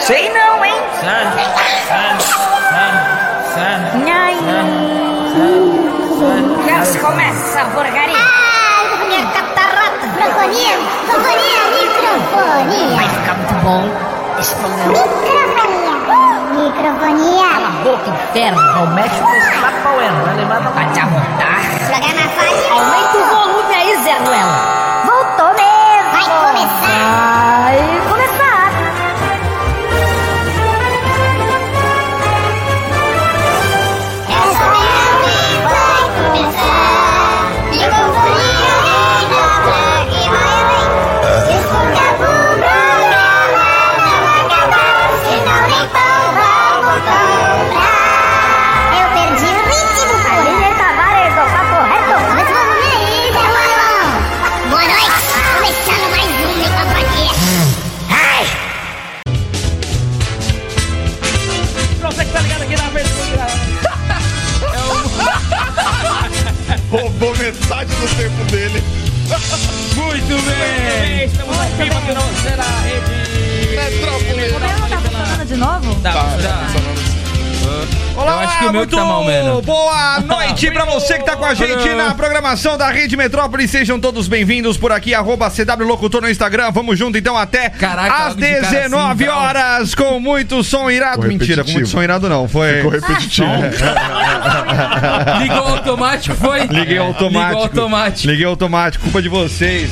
Sei não, hein? San, san, san, san. Ai, San, já se começa essa porcaria. Ah, minha catarata. Microfonia, microfonia, microfonia. Vai ficar muito bom esse programa. Microfonia. Microfonia. Boca interna. Não mexe com esse tapaué, não vai levar na Vai te amontar. Programa fácil. Aumenta o volume aí, Zé Ruela. Voltou mesmo. Vai começar. Vai começar. Essa viagem vai começar. Microfonia, microfonia, que vai além. Escuta o programa, não acabar, senão nem pão vai comprar. Eu perdi o ritmo. A Lilian Tavares, o papo reto. tá Mas vamos ver, Zé Ruelão. Boa noite. Começando mais um Microfonia. Ai! Pra você que tá ligado aqui na abertura. Roubou metade do tempo dele. Muito bem! Estamos ao vivo aqui na nossa Metrópole. Tá, Olá, Eu acho que o meu que tá mal, Ah, mano. Boa noite pra você que tá com a gente na programação da Rede Metrópole. Sejam todos bem-vindos por aqui, arroba CW Locutor no Instagram. Vamos junto então até Caraca, às olha que cara 19 assim, tal. horas com muito som irado. Ficou Mentira, com repetitivo. muito som irado não. Foi. Ficou repetitivo. tá. Ligou automático, foi? É, Liguei automático. Ligou automático. Liguei automático, culpa de vocês.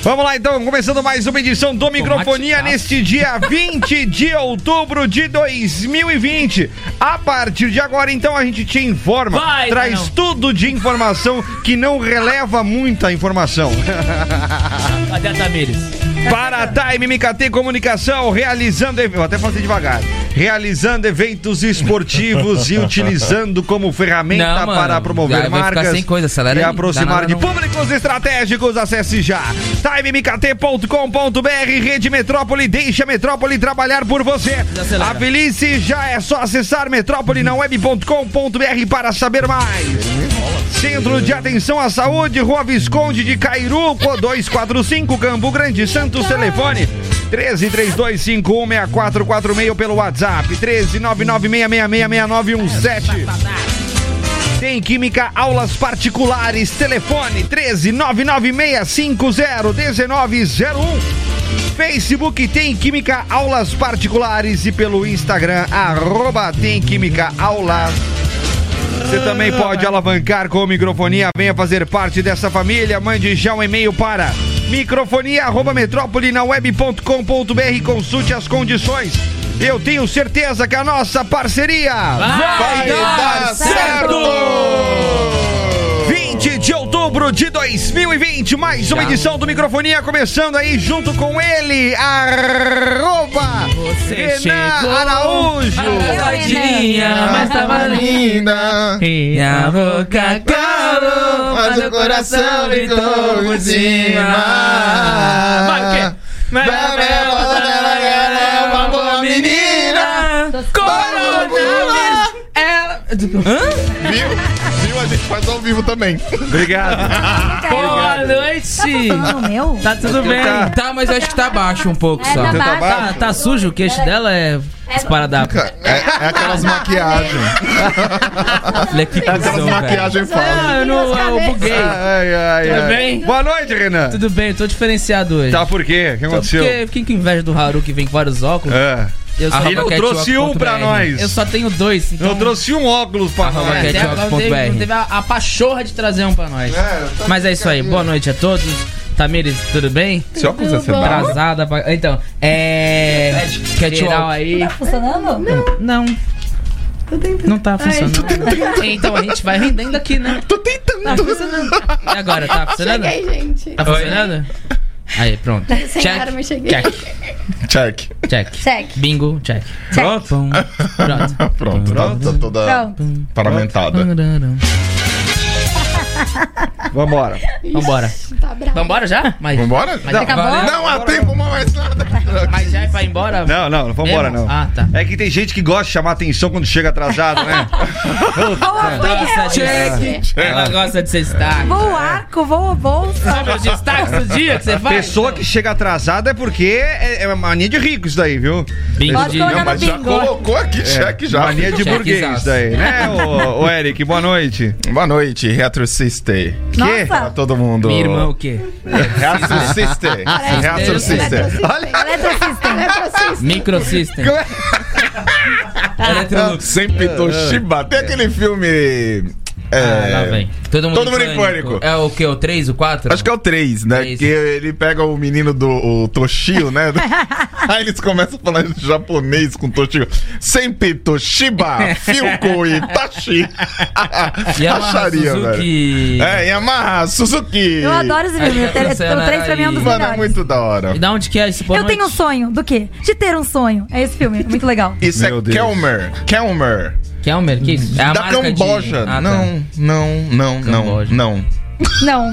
Vamos lá então, começando mais uma edição do Microfonia neste dia 20 de outubro de 2020. A partir de agora, então, a gente te informa, Vai, traz Daniel. tudo de informação que não releva muita informação. Cadê a Tamires? Para a Time MKT Comunicação, realizando. Eu até passei devagar. Realizando eventos esportivos e utilizando como ferramenta Não, mano. para promover Aí vai ficar marcas sem coisa, acelera e aí. Dá aproximar nada de não. públicos estratégicos. Acesse já timemkt.com.br, Rede Metrópole, deixa a Metrópole trabalhar por você. Desacelera. A velhice já é só acessar metrópolenaweb.com.br para saber mais. Centro de Atenção à Saúde, Rua Visconde de Cairu, 245, Campo Grande, Santos, telefone 1332516446 pelo WhatsApp, 13996666917. Tem Química Aulas Particulares, telefone 13996501901. Facebook tem Química Aulas Particulares e pelo Instagram, arroba tem Química Aulas você também pode alavancar com microfonia. Venha fazer parte dessa família. Mande já um e-mail para microfonia.metrópolinaweb.com.br. Consulte as condições. Eu tenho certeza que a nossa parceria Vai dar certo! 20 de outubro de 2020, mais uma edição do Microfonia começando aí junto com ele, arroba Você Renan chegou. Araújo. Coitadinha, Ah, Ah, mas tá tava linda. E Minha boca calou, mas o coração gritou por cima. Vai o quê? boa menina, coronavírus. Ela. Hã? Viu? Viu? A gente faz ao vivo também. Obrigado. Boa noite! meu? Tá tudo bem? tá- Tá, mas eu acho que tá baixo um pouco só. tá baixo. Tá, tá sujo o queixo dela? É disparadá. É, é aquelas maquiagens. Olha que Tá É aquelas cuzão, velho. maquiagens falsas. Ah, eu não, eu buguei. Ai, ai, Tudo ai. bem? Boa noite, Renan. Tudo bem, tô diferenciado hoje. Tá, por quê? O que Só aconteceu? porque quem que inveja do Haru que vem com vários óculos? É. Eu só, Ah, Ele Arroba trouxe um catwalk.br. pra nós. eu só tenho dois. Então, Eu trouxe um óculos pra Arroba nós. É, até agora não teve, não teve a, a pachorra de trazer um pra nós. Mas é isso aí. Boa noite a todos. Tamires, tudo bem? Esse óculos é bom. bravo. Atrasada pra... Então, é... Geral Catwalk. aí. Funcionando? Não. Não. Não Ah, tá funcionando. Então a gente vai rendendo aqui, né? Tô tentando. E agora, tá funcionando? Tá Cheguei, gente. Tá funcionando? Aí, pronto. Sem Check. arma, cheguei. Check, Tá. Check. check. Check. Bingo, check. Pronto? Pronto. Pronto. Pronto. tá Toda Pronto. paramentada. Vambora. Vambora. Tá bravo. Vambora já? Mas... tá Vambora? Mas Não, acabou? não há tempo mais nada. Mas já é pra ir embora? Não, não, não vamos embora, Mesmo? não. Ah, tá. É que tem gente que gosta de chamar atenção quando chega atrasado, né? Gosta Check. de... Ela gosta de ser destaque. Vou arco, vou bolsa. Sabe os destaques do dia que você faz? Pessoa que chega atrasada é porque é, é mania de rico isso daí, viu? Bem, Pode de- colocar- Não, mas já Bingo. colocou É. aqui, cheque É já. Mania de Check burguês exato. isso daí, né, ô, ô Eric? Boa noite. Boa noite, Retro Sister. Pra Nossa. todo mundo. Minha irmã o quê? Retro Sister. né? Retro Sister. Olha. Microsystem. Não, Sempre Toshiba. Tem aquele filme. É, É. Ah, lá vem. Todo mundo, tipo, Todo mundo em pânico. É o que? O 3, o 4? Acho que é o 3, né? Três. Que ele pega o menino do o Toshio, né? Aí eles começam a falar em japonês com Toshio. Sempre Toshiba, Filco e Tashi. Acharia, velho. Suzuki. É, Yamaha, Suzuki. Eu adoro esse filme. Aí, O 3 pra mim é um dos Mano, é melhores. muito da hora. E da onde que é esse boa Eu tenho um noite? sonho. Do quê? De ter um sonho. É esse filme. Muito legal. Isso Meu é Deus. Kelmer. Kelmer. Kelmer, que isso? É a da marca de- Camboja. Ah, tá. Não, não, não, não, Camboja. não. Não.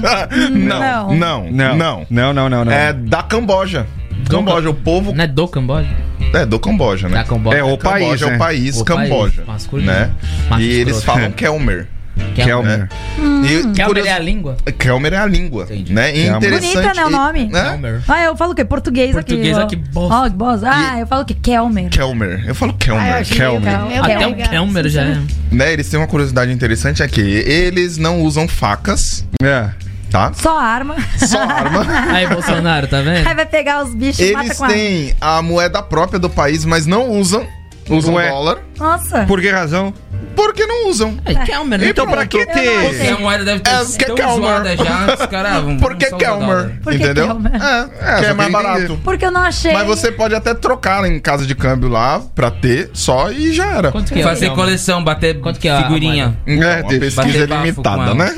Não, Não. não, Não. não. Não, não, não, não. É da Camboja. Camboja, o povo. Não é do Camboja? É, do Camboja, né? Da Camboja. É, o país, Camboja é né? o país, O Camboja. país, masculino. né? Macho E eles escroto. falam Kelmer. é Kelmer. né? Hum. E, Kelmer curios- é a língua? Kelmer é a língua. Entendi. Né? E Kelmer. interessante. Bonita, né, o e- nome? né? Ah, eu falo o quê? Português, Português, aqui. ah, ó. que bosta. Ó, que bosta. Ah, eu falo que Kelmer. Kelmer. Eu falo Ah, eu Kelmer. achei meio Kelmer. cal- meio Até o belga. Kelmer já é. Né? Eles têm uma curiosidade interessante aqui. Eles não usam facas, É. tá? Só arma. Só arma. Aí, Bolsonaro, tá Aí vendo? vai pegar os bichos e mata Eles com a arma. têm a moeda própria do país, mas não usam. Usam Ué. dólar. Nossa. Por que razão? Porque não usam. É, Kelmer, né? Então pra que ter? Essa moeda deve ter É, sido que é tão Kelmer. zoada já. Os caras vão. Porque é vão soltar o Kelmer. dólar. Por que entendeu? Kelmer? É, só que é mais queria barato. Porque eu não achei. Mas você pode até trocar em casa de câmbio lá pra ter só e já era. Quanto que é? o Fazer Kelmer? coleção, bater Quanto que é a figurinha. É, Bater a pesquisa é bafo com limitada, ela. né?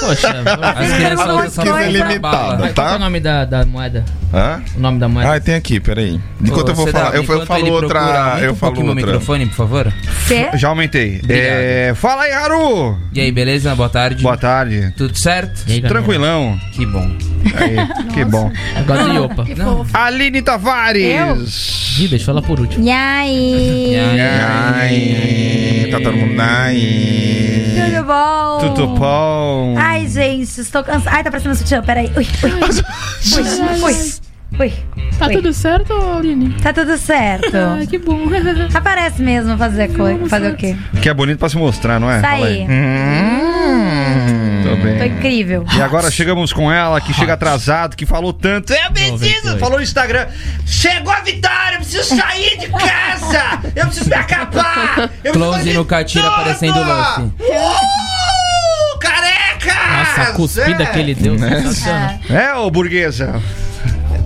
Poxa, As Vocês crianças perguntam usam umas só coisas. bala. Limitada. Mas Qual que é o nome da, da moeda? tá? Hã? O nome da moeda? Ah, tem aqui, peraí. Enquanto Ô, eu vou Cedar, falar, eu, eu enquanto falo ele procura, outra. aumenta Eu um falo pouquinho meu outra. microfone, por favor. Você? Já aumentei. Obrigado. É, fala aí, Haru! E aí, beleza? Boa tarde. Boa tarde. Tudo certo? E aí, galera? Tranquilão. Que bom. Aí, que bom. Eu gosto de Opa. Não. Aline Tavares. Ih, deixa eu falar por último. E aí? E aí? Ai, tá todo mundo. Ai. Tudo bom? Tudo bom? Oh. Ai, gente, estou cansada. Ai, tá pra cima do sutiã, peraí. Ui, ui, ui. Ui, ui. Tá Oi. tudo certo, Aline? Tá tudo certo. Ah, que bom. Aparece mesmo fazer coisa. Fazer o quê? Que é bonito pra se mostrar, não é? Isso Fala aí. Hum. Tô Tô bem. incrível. E agora chegamos com ela, que chega atrasado, que falou tanto. É, Eu preciso, 98. falou no Instagram. Chegou a vitória, eu preciso sair de casa! Eu preciso me acabar! Eu Close no Catira aparecendo o lance. Uh, careca! Nossa, a cuspida que ele deu. sensacional. É, ô burguesa.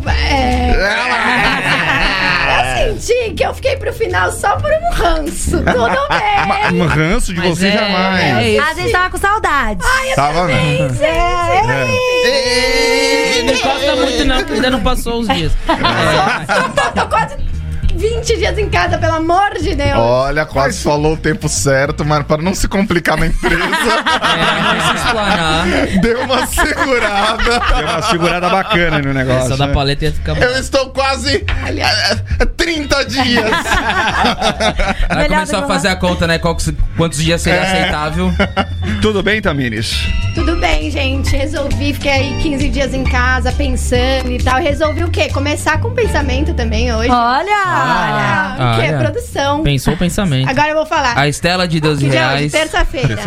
É. é. Eu senti que eu fiquei pro final só por um ranço. Tudo É. bem. Ma- Um ranço de você jamais. A Ah, gente tava com saudade. Tava, né? É. É. Não encosta muito, não, que ainda não passou os dias. É, Tô, tô quase 20 dias em casa, pelo amor de Deus. Olha, quase falou o tempo certo, mas para não se complicar na empresa, É, não se explanar. deu uma segurada. Deu uma segurada bacana no negócio. Essa da né? paleta ia ficar Eu estou quase ah, ah, 30 dias. Aí Melhor começou do a que fazer a conta, né? Qual que se- quantos dias seria aceitável? Tudo bem, Tamires? Tudo bem, gente. Resolvi, fiquei aí 15 dias em casa pensando e tal. Resolvi o quê? Começar com pensamento também hoje. Olha! Ah, o quê? olha. Produção. Pensou o pensamento. Agora eu vou falar. A Estela de 12 Que dia é hoje? reais. Terça-feira.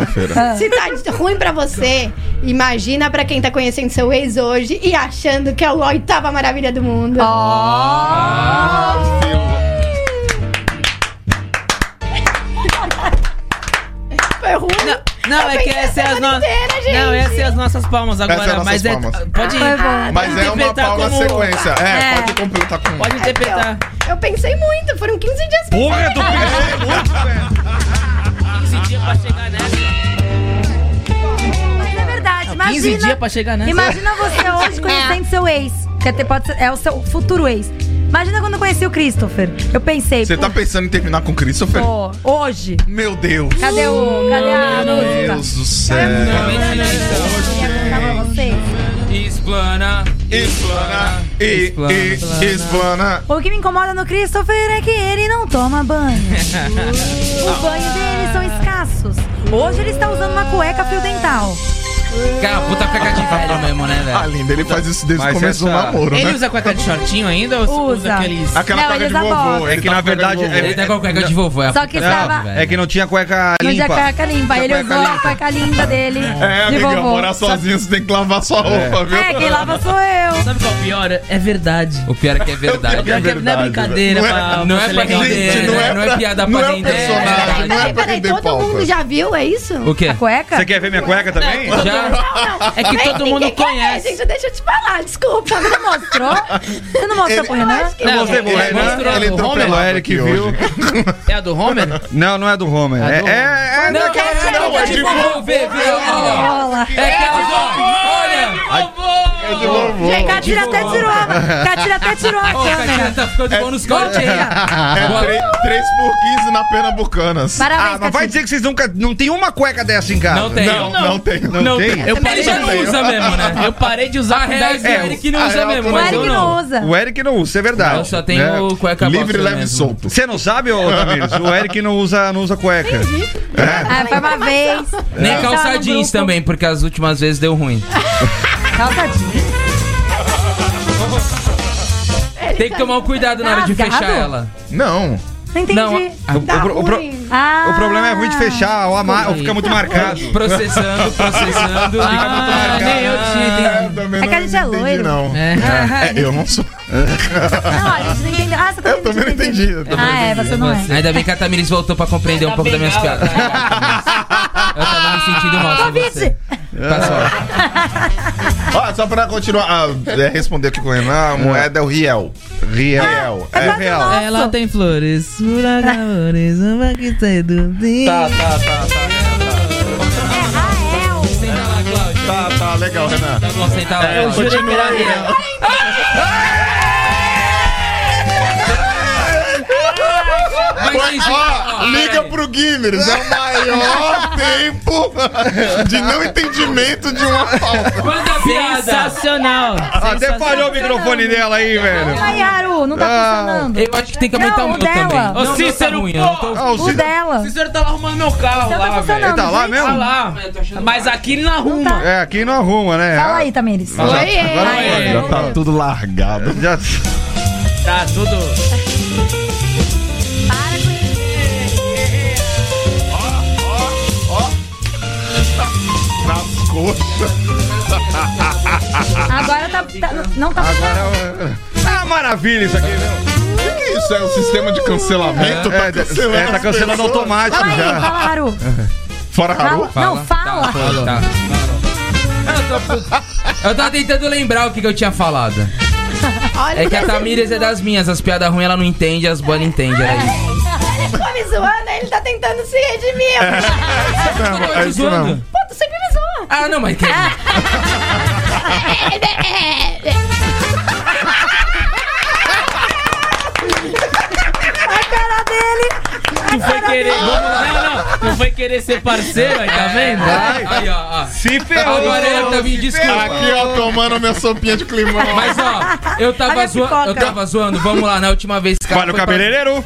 Se tá ruim pra você, imagina pra quem tá conhecendo seu ex hoje e achando que é a oitava maravilha do mundo. Ah, Foi ruim. Não, é que pensei essa é a as semana nossas. inteira, gente. Não, essa é as nossas palmas agora, Essa é as nossas mas é. palmas. Pode ir. Foi bom. Mas é uma interpretar palma como- sequência. É, É. pode completar com. Pode interpretar. Eu pensei muito, foram 15 dias é Porra, tu pensou muito, velho. Esse dia pra chegar nessa. Mas é verdade. Imagina, 15 dias pra chegar nessa. imagina você hoje conhecendo seu ex. Que até pode ser, é o seu futuro ex. Imagina quando eu conheci o Christopher. Eu pensei, Você tá pensando em terminar com Christopher? pô, hoje. Meu Deus. Cadê o. Cadê a. Meu Deus do céu. Realmente, né, então? Tava vocês. Explana. Explana. E, e, explana. O que me incomoda no Christopher é que ele não toma banho. Os banhos dele são escassos. Hoje ele está usando uma cueca fio dental. Cara, é puta cueca de velho mesmo, né, Ah, velho? linda, ele faz isso desde o Mas começo do essa- namoro, Ele né? usa cueca de shortinho ainda ou se usa, Usa. aqueles... Aquela Não, cueca ele de usa vovô. bola. É que tá na com a cueca de verdade vovô. Ele tá com a cueca de vovô. É a Só puta que que estava- pariu, velho. É que não tinha cueca Não tinha limpa. cueca limpa. Ele cueca usou a limpa. cueca linda dele. É, de amigão, vovô. morar sozinho, você tem que lavar sua roupa, viu? É, quem lava sou eu. Sabe qual é o pior? É verdade. O pior é que é verdade. Pior que é- não é verdade, brincadeira, velho. Não é- pra- Não é ser pra legal. render, Gente, né? não Não é é, pra- piada não é pra render. é personagem, verdade. não é Peraí, pra peraí, render todo pauta. mundo já viu, é isso? O quê? A cueca? Você quer ver minha cueca também? Já? É que todo Ninguém mundo quer ver, conhece. Gente, deixa eu te falar, desculpa. Você mostrou? Você não mostrou pro Renan? Eu tá mostrei pro Ele- é Renan, ele- Ele entrou Homer, pelado o Eric aqui viu. hoje. É a do Homer? Não, não é do Homer. É, do é, é Não, daquela- cara, não, é de vovô. Vê, vê, ó. Rola. É aquela, ó. Olha. É de vovô. Catira até tirou a. Catira até tirou a Ô, Catinha, câmera. tá ficando bom nos cortes aí. Boa- É 3 por 15 na Pernambucanas. Parabéns, Ah, mas vai Catinha. dizer que vocês nunca. Não tem uma cueca dessa em casa. Não tem. Não, não tem. Não Não tem? Eu parei, Ele já não usa mesmo, né? eu parei de A usar com real 10 é anos. ele que não usa É, mesmo, o mas eu Eric não não. usa. O Eric não usa, é verdade. Eu só tenho né? o cueca Livre, boxer leve e mesmo. solto. Você não sabe, ô Tamires? O Eric não usa, não usa cueca. Ah, foi uma vez. Nem Ele tava calça no jeans grupo. também, porque as últimas vezes deu ruim. Calça jeans. Tem que tomar um cuidado na hora de Rasgado? fechar ela. Não. Não entendi. Não, O, tá o- o pro- o Ah. problema é ruim de fechar, ou, ama- ou fica muito marcado. processando, processando. Ah, nem eu tinha É, entendido. também É que a não gente é entendi, loiro. Não. É. É, eu não sou. Não, a gente não entendeu. Ah, você Eu também não entendi. eu também Ah, não é, entendi. você não é. Ainda bem que a Tamiris voltou pra compreender um pouco das minhas piadas. né, Eu tava me sentindo mal sobre você. Passou. Ó, só pra continuar, ah, é, responder aqui com o Renan, a moeda é o Riel. Riel. Riel. É É, quase real. nosso. Ela tem flores, flores, uma que sai do Tá, tá, tá, É Rael. Senta lá, Cláudio. tá. Tá, tá, legal, Ah, Renan. Tá bom, senta É, lá, Cláudio. Continua aí. Mas vocês É viram- Ó, ó, liga peraí. pro Guinness, é o maior tempo de não entendimento de uma pauta. Quanta piada! Sensacional. Até falhou o microfone dela aí, velho. Ai, Haru, não tá funcionando. Eu acho que tem que aumentar Não, o o meu dela. também. Ô, Não, o meu tá Cícero, ruim, eu não tô- Ah, o O Cid- dela. O Cícero tava arrumando meu carro Então tá lá, velho. funcionando. Ele tá lá gente. Tá mesmo? lá, mas aqui ele não arruma. É, aqui não arruma, né? Fala aí, Tamires. Oi, Agora Ai, foi. é, Já tá tudo largado. Já- Tá tudo... Tá Nas coxas. Agora tá. tá- não tá é, Agora. Ah, maravilha isso aqui, viu? O que é isso? É um sistema de cancelamento? É, é, tá as cancelando pessoas. automático Fala aí, já. fala, Haru. Fora Haru? Fala. Não, fala. Tá, foi, tá. Eu tô- Eu tava tentando lembrar o que, que eu tinha falado. Olha, É que a Tamires é das minhas, as piadas ruins ela não entende, as boas ela entende. Era isso. ele tá me zoando, ele tá tentando se redimir. Não, é isso não. Pô, tu sempre me zoa. Ah, não, mas que... Não foi querer... Não, não. Não foi querer ser parceiro aí, tá vendo? É, Aí, ó, ó. Se ferrou. Agora ela tá me se desculpa. Aqui, ó, tomando minha sopinha de climão. Mas ó, eu Olha tava a zoando, pipoca. eu tava zoando, vamos lá, na última vez que ela Vale o foi pra- cabeleireiro.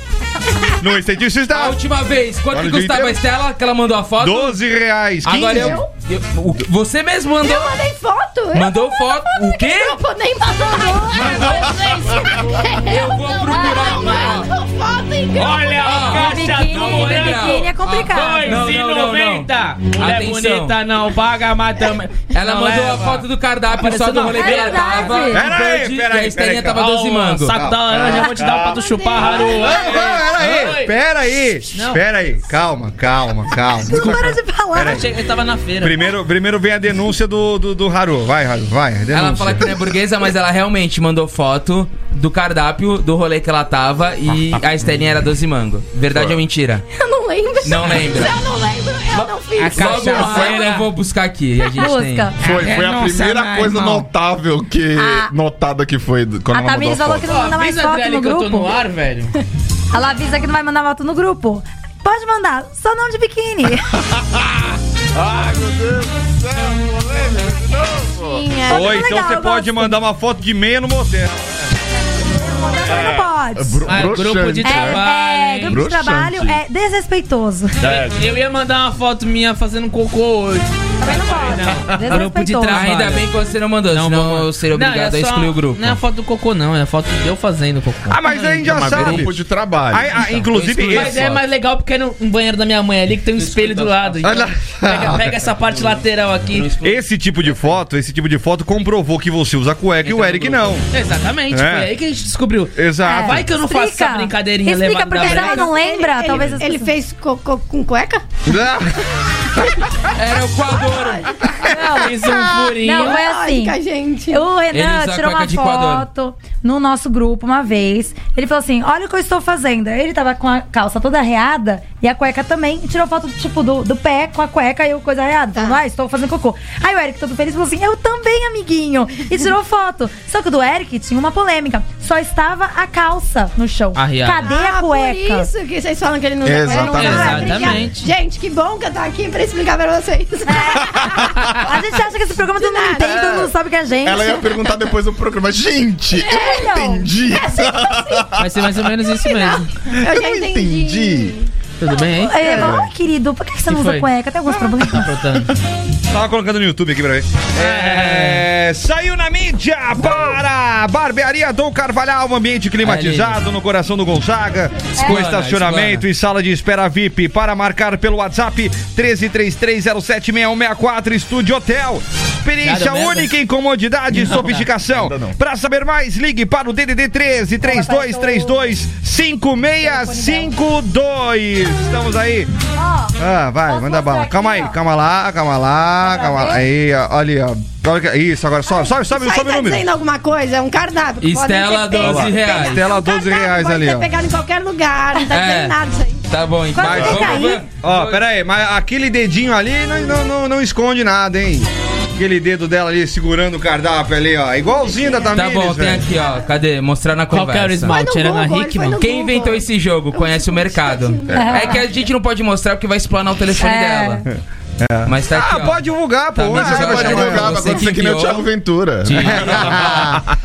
No incentivista A está última vez, quanto Vale o que custava dia a Estela, que ela mandou a foto? 12 reais. 15. Agora eu... eu- o que- você mesmo mandou... Eu mandei foto. eu Mandou mandei foto? foto O quê? naquele Grupo, nem mandou não. Eu vou procurar um uma... Mandou foto em grupo. Olha o Ah, caixa do Biquíni, biquíni é moleque. complicado. Não, não, não, não. 2,90. Mulher Atenção. bonita não paga, mas também... Ela não mandou leva. a foto do cardápio só do Apareceu rolê na- que ela É tava. verdade. Pera Pera aí, pera e aí, a esteirinha pera aí, tava 12 mango. Saco da laranja, vou te dar um pra tu chupar, Haru. Pera aí, pera aí, Não. pera aí. Calma, calma, calma. Para de falar. Pera aí. Achei que ele tava na feira. Primeiro, primeiro vem a denúncia do, do, do Haru. Vai, Haru, vai. Denúncia. Ela fala que não é burguesa, mas ela realmente mandou foto do cardápio, do rolê que ela tava e a Estelinha era 12 mango. Verdade ou mentira? Eu não lembro. Não lembra. Eu não lembro, eu não fiz. A Logo mais eu cachaceira. vou buscar aqui. A gente tem. Música. Foi, foi a Nossa, primeira não, coisa irmão. notável que. notada que foi do- quando A ela mandou Tamires a falou foto. que não manda mais Avisa a foto Adriele no que eu tô no grupo. ar, velho. Ela avisa que não vai mandar foto no grupo. Pode mandar, só não de biquíni. Ai, meu Deus do céu, moleque, de novo. Tá Ou tudo então legal, você eu pode gosto. mandar uma foto de meia no motel. Não pode. Bru- Ah, grupo de broxante, né? É, é, trabalho. hein? grupo de Broxante. trabalho é desrespeitoso. É Eu ia mandar uma foto minha fazendo cocô hoje. Também não pode. Grupo de Desrespeitoso. trabalho. Ainda bem que você não mandou, Não, senão vamos- eu seria Não, obrigado é a só- excluir o grupo. Não é foto do cocô, não. É foto de eu fazendo cocô. Ah, mas a gente já Mas é sabe. grupo de trabalho. Aí, ah, inclusive, então Exclui- esse, Mas é mais legal porque é no um banheiro da minha mãe ali que tem um espelho do lado. então Olha lá. pega, pega essa parte lateral aqui. esse tipo de foto, esse tipo de foto comprovou que você usa cueca e o Eric não. Exatamente, É. foi aí que a gente descobriu. Exato. Vai que eu não faço É. Explica. essa brincadeirinha Explica, levada porque da ela breca. não lembra, Ele- talvez as Ele, pessoas- fez cocô com cueca? Ah. Era o Quadoro. Fiz um furinho. Não, é assim. Lógica, gente. O Renan Eles usam tirou cueca uma de coador. foto no nosso grupo uma vez. Ele falou assim: olha o que eu estou fazendo. Ele tava com a calça toda arreada e a cueca também. E tirou foto, tipo, do, do pé com a cueca e o coisa arreada. Tá. Falando, ah, estou fazendo cocô. Aí o Eric, todo feliz, falou assim: eu também, amiguinho. E tirou foto. Só que o do Eric tinha uma polêmica. Só estava a calça no chão. Arreada. Cadê a Ah, cueca? por isso que vocês falam que ele não usa Exatamente. cueca, não usa. Exatamente. Obrigada. Gente, que bom que eu tô aqui pra explicar pra vocês. É. A gente acha que esse programa todo mundo nada. entende, todo mundo sabe que é a gente. Ela ia perguntar depois do programa. Gente, É, eu não não. entendi. Vai ser mais ou menos isso mesmo. Eu já Eu não entendi. entendi. Tudo bem, hein? É, fala, "Ai, querido, por que que você Que não usa foi? cueca? Tem alguns problemas? Aprontando. Tava colocando no YouTube aqui pra ver. É, saiu na mídia para Barbearia Dom Carvalhal, um ambiente climatizado no coração do Gonzaga, com Explana, estacionamento e sala de espera VIP. Para marcar pelo WhatsApp 1333076164, Estúdio Hotel. Experiência Nada, merda. única em comodidade e sofisticação. ainda não. Para saber mais, ligue para o DDD 13 3232 5652. Estamos aí. Ah, vai, Posso manda mostrar bala. aqui, Calma aí, ó? calma lá, calma lá, calma lá. Aí, ó, olha, aí, ó. Olha que- Isso, agora sobe, sobe, sobe, Sai sobe o tá número. dizendo alguma coisa, é um cardápio. que podem Estela, ter pego. 12 reais. Estela, 12 Cardápio reais pode ali, ter ó. pegado em qualquer lugar, não tá É. dizendo nada isso aí. Tá bom, então. Quase Vamos- que caí. vamos- Ó, pera aí, mas aquele dedinho ali não, não, não, não esconde nada, hein? Aquele dedo dela ali segurando o cardápio ali, ó. Igualzinho da Tá Tamires, bom, tem velho. aqui, ó. Cadê? Mostrar na Qual que era o conversa. esmalte? Era na Google, ele foi Hickman? no Quem Google. inventou esse jogo conhece o mercado. É que a gente não pode mostrar porque vai explanar o telefone É. dela. Mas tá aqui, Ah, ó. pode divulgar, pô. Tá, mas Ah, você Você vai pode Você chamar. divulgar, vai que acontecer que nem o enviou. né, Thiago Ventura.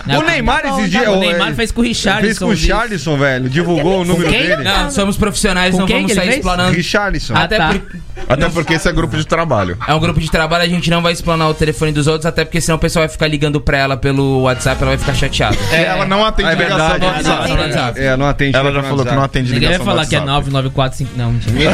O Neymar tá esses dias. O Neymar fez com o Richarlison. Fez com o disso. Charlison, velho. Divulgou o número quem? dele. Não, somos profissionais, Com não quem vamos que ele sair fez? explanando. Richarlison. Ah, Até tá. porque Até porque esse é grupo de trabalho. é um grupo de trabalho, a gente não vai explanar o telefone dos outros, até porque senão o pessoal vai ficar ligando pra ela pelo WhatsApp, ela vai ficar chateada. É, ela não atende É ligação verdade, do é WhatsApp. Não atende. É, não atende. Ela já telefone falou que WhatsApp. não atende Ninguém vai ligação do falar que é WhatsApp. 9945. Não, mentira.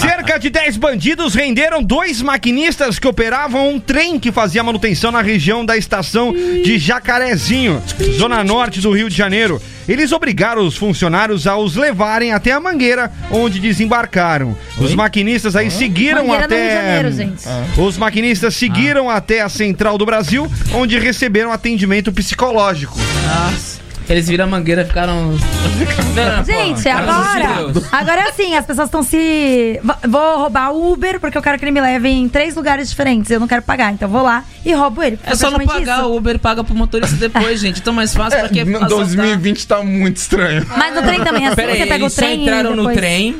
Cerca de 10 bandidos renderam dois maquinistas que operavam um trem que fazia manutenção na região da estação de Jacarezinho, zona norte do Rio de Janeiro. Eles obrigaram os funcionários a os levarem até a Mangueira, onde desembarcaram. Os maquinistas aí seguiram Mangueira no até Ah. Rio de Janeiro, gente. Os maquinistas seguiram até a Central do Brasil, onde receberam atendimento psicológico. Nossa. Eles viram a mangueira é e ficaram. Não, não, Gente, pelo amor de agora. Deus. Agora é assim, as pessoas estão se. Va- Vou roubar o Uber porque eu quero que ele me leve em três lugares diferentes. Eu não quero pagar, então vou lá e roubo ele. É só não Praticamente pagar, isso. o Uber paga pro motorista depois, gente. Então mais fácil pra que No assaltar? 2020 tá muito estranho. Mas no trem também, assim, Pera aí, você pega o eles só trem. e entraram no depois- trem.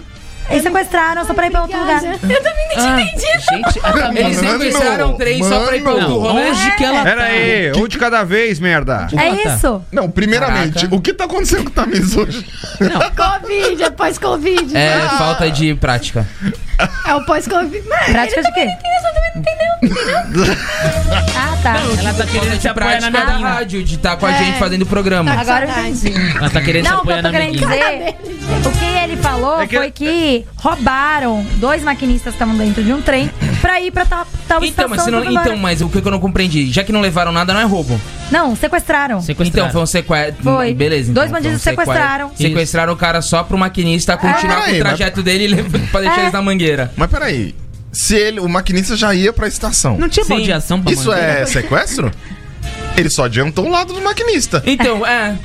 Eles sequestraram só pra ir pra outro lugar. Gente, a Eles Tamires- Mano, É sequestraram o trem só pra ir pra outro Não, rolê. onde que ela tá? Pera aí, um de cada vez, merda. É Puta. isso. Não, primeiramente, Caraca. o que tá acontecendo com o Tamiz hoje? Covid, é pós-Covid. É, Ah. né? falta de prática. É o pós-Covid. tá Mas Prática de quê? Ah, tá. Ela tá querendo se apoiar na prática minha da guinda. rádio, de estar com a gente fazendo o tá com programa. É. Agora eu saudade. Ela tá querendo se Não, o que apoiar eu na tô minha querendo guinda. dizer, o que ele falou É que- foi que roubaram dois maquinistas que estavam dentro de um trem pra ir pra tal, tal Então, estação. mas, se não, do Vibora. então, mas o que eu não compreendi? Já que não levaram nada, não é roubo. Não, sequestraram. Sequestraram. Então, foi um sequestro. Foi. Beleza. Dois então, bandidos foi um sequestro. sequestraram. Isso. Sequestraram o cara só pro maquinista continuar com peraí, o trajeto dele e levar- pra deixar É. eles na mangueira. Mas peraí, se ele, o maquinista já ia pra estação. Não tinha Sim. bom de ação pra Isso mangueira? é sequestro? Ele só adiantou um lado do maquinista. Então, é.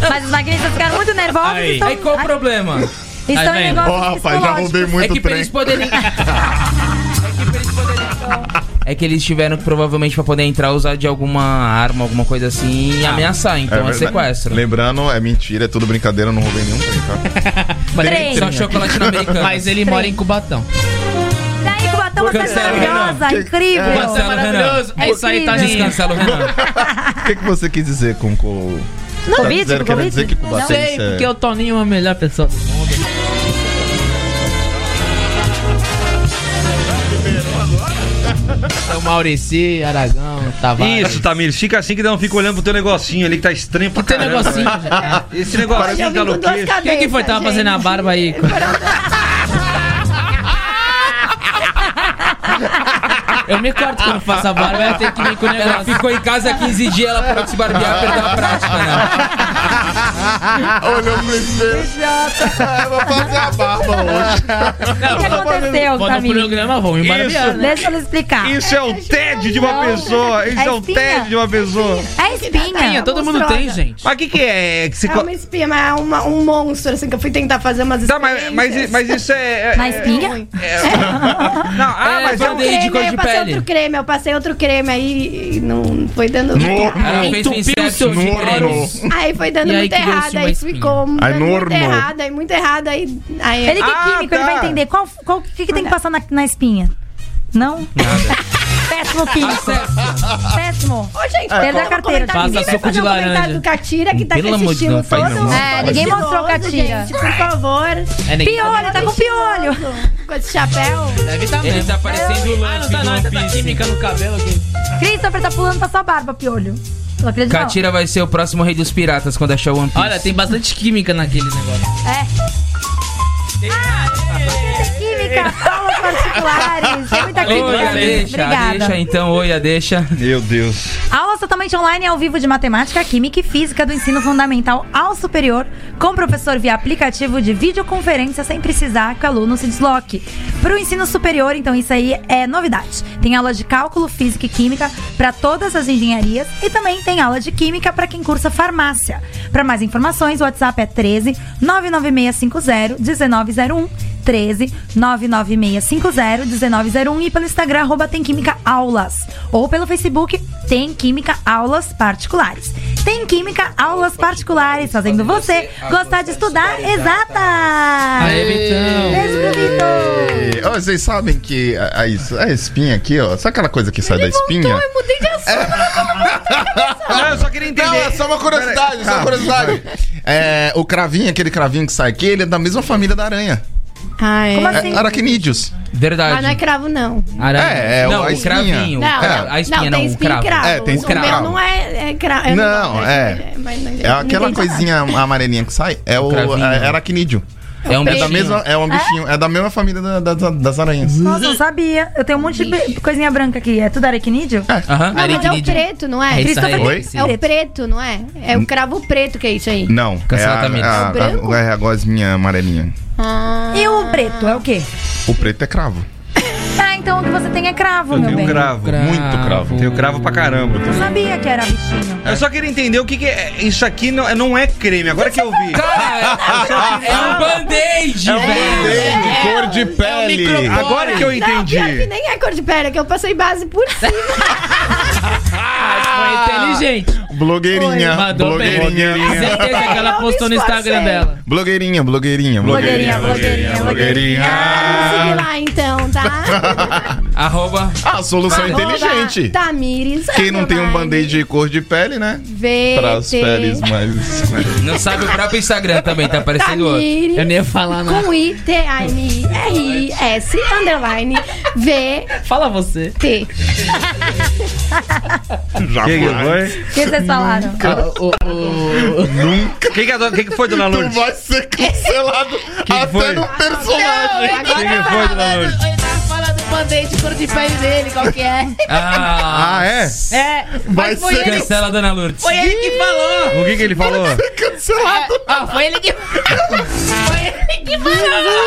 Mas os maquinistas ficaram muito nervosos Aí. e estão, Ah, Aí qual o problema? estão Aí em vem. negócio Ó, rapaz, já roubei muito É que pra trem. eles poderem. É que pra eles poderem. É que eles tiveram que provavelmente pra poder entrar usar de alguma arma, alguma coisa assim Ah. e ameaçar. É Então é, verdade. sequestro. Lembrando, é mentira, é tudo brincadeira, eu não roubei nenhum trem, tá? Mas- Trem. é. Só chocolate na americana. Mas ele mora em Cubatão. tão Cancela, maravilhosa, Renan. incrível. Você é maravilhoso. É isso aí, tá descansando. Descancela o Renan. O que, que você quis dizer com o. Não, Tá Covid, dizendo- querendo Covid. dizer que Não. Cubatão Sei, é- porque o Toninho é a melhor pessoa do mundo. O Maurici, Aragão, Tavares. Isso, Tamires. Fica assim que não fica olhando pro teu negocinho ali que tá estranho pra Que tem caramba, negocinho, né? já. Esse negocinho tá no queixo. O que, que foi? tá Tava fazendo a barba aí. é Eu me corto quando faço a barba, eu tenho que vir com o negócio. Ela ficou em casa 15 dias, ela parou de se barbear, perdeu a prática, né? Olhando no espelho. Ah, Eu vou fazer a barba hoje. O que aconteceu, Volta pro Camille? programa, vou me barbear, né? Deixa eu lhe explicar. Isso é o TED de uma pessoa. Isso é o espinha. TED de uma pessoa. É espinha. Todo mundo tem, gente. Mas o que, que é? Que você É co- uma espinha, mas é uma- um monstro, assim, que eu fui tentar fazer umas Tá, mas, mas, mas isso é. é- Na espinha? Ruim. Não, ah, É, mas é um. band-aid Creme, de cor aí de eu passei pele. outro creme, eu passei outro creme aí e não foi dando. Ela fez um Entupiu inception seus de poros. creme. Aí foi E dando aí muito criou-se errado, assim uma aí espinha. ficou dando muito Enorme. errado, aí muito errado, aí. aí Ele que é Ah, químico, ele tá. vai entender. Qual, qual, o que, que tem que passar na, na espinha? Não? Péssimo químico. Péssimo. Ô, gente, É, perdeu pode- a carteira. Passa Ninguém vai suco fazer de um comentário laranja. do Catira, que tá Pelo com esse amor de estilo Deus, não faz todo. não. É, ninguém mostrou o Catira. Gente, por favor. É ninguém. Piolho, tá com piolho. Com esse chapéu. Deve tá Ele mesmo. tá parecendo o Ah, não Luffy tá do nada, One tá Piece. química no cabelo aqui. Christopher tá pulando pra sua barba, piolho. Só queria dizer. Katira vai ser o próximo rei dos piratas quando achar o One Piece. Olha, tem bastante química naquele negócio. É. Ah, É. química, aulas particulares. Tem muita Oi, química. a deixa, a Obrigada. deixa então, oi, a deixa. Meu Deus. Aulas totalmente online ao vivo de matemática, química e física do ensino fundamental ao superior, com o professor via aplicativo de videoconferência sem precisar que o aluno se desloque. Para o ensino superior, então isso aí é novidade. Tem aula de cálculo, física e química para todas as engenharias e também tem aula de química para quem cursa farmácia. Para mais informações, o WhatsApp é 13 99650 1901. 13 99650 1901 e pelo Instagram arroba Tem Química Aulas ou pelo Facebook Tem Química Aulas Particulares. Tem Química Aulas Particulares, fazendo você gostar de estudar tá? exatas. Vitão. Beijo pro Vitor. Então, E, ó, vocês sabem que a, a es- a espinha aqui, ó. Sabe aquela coisa que sai da espinha? Então eu mudei de assunto. Não, eu só queria entender. Não, é só uma curiosidade, só uma curiosidade. É, o cravinho, aquele cravinho que sai aqui, ele é da mesma família da aranha. Ah, é. Como É, assim? aracnídeos. Verdade. Mas não é cravo, não. É, é, não, a o espinha. cravinho. Não, é, a espinha não, tem o espinha cravo. e cravo. É, tem espinha o e cravo. meu não é, é cravo. eu Não, gosto, é. mas não- É aquela ninguém sabe. coisinha amarelinha que sai. É o cravinho. é, é aracnídeo. É um É da bichinho. mesma, é um bichinho, é da mesma família da- da- da- das aranhas. Nossa, eu sabia. Eu tenho um monte de be- coisinha branca aqui. É tudo aracnídeo? Aham. Não, mas é o Aracnídeo. preto, não é? Ah, É isso Christopher aí. Oi? Sim. É o preto, não é? É o cravo preto que é isso aí. Não, é Cancela, a, Tamires. a, É o branco? a, é a gosminha amarelinha. Ah. E o preto é o quê? O preto é cravo. Ah, então o que você tem é cravo, Eu meu tenho bem. cravo. Muito cravo. Tenho cravo pra caramba. Eu sabia que era bichinho. Eu só queria entender o que, que é. Isso aqui não, não é creme, agora que eu vi. Cara, é, é um band-aid, É velho. Tem cor de pele. Agora que eu Não, pior que entendi. nem é cor de pele, é que eu passei base por cima. Ah, Foi inteligente. É, Blogueirinha, Mandou bem. blogueirinha. Certeza que ela Eu postou no me Instagram esforcei. dela. Blogueirinha, blogueirinha, Blogueirinha, blogueirinha, Ah, me segue lá então, tá? Arroba. Ah, solução inteligente. Arroba Tamires. Quem não tem um band-aid de cor de pele, né? Vê. Para as peles mais. Não sabe o próprio Instagram também, tá aparecendo outro. Tamires. Eu nem ia falar nada. Com I, T, A, M, I, R, I, S, underline, V, Fala você. T. Já Que que vai. foi? O que vocês falaram? O, o, o- Que que é do- que que foi, dona Tu Lourdes? vai ser cancelado até foi? é no personagem. Que que foi, dona Lourdes? é? Ah, Ah, é? Vai ser can- Cancela a Dona Lourdes. É O que que ele falou? cancelado.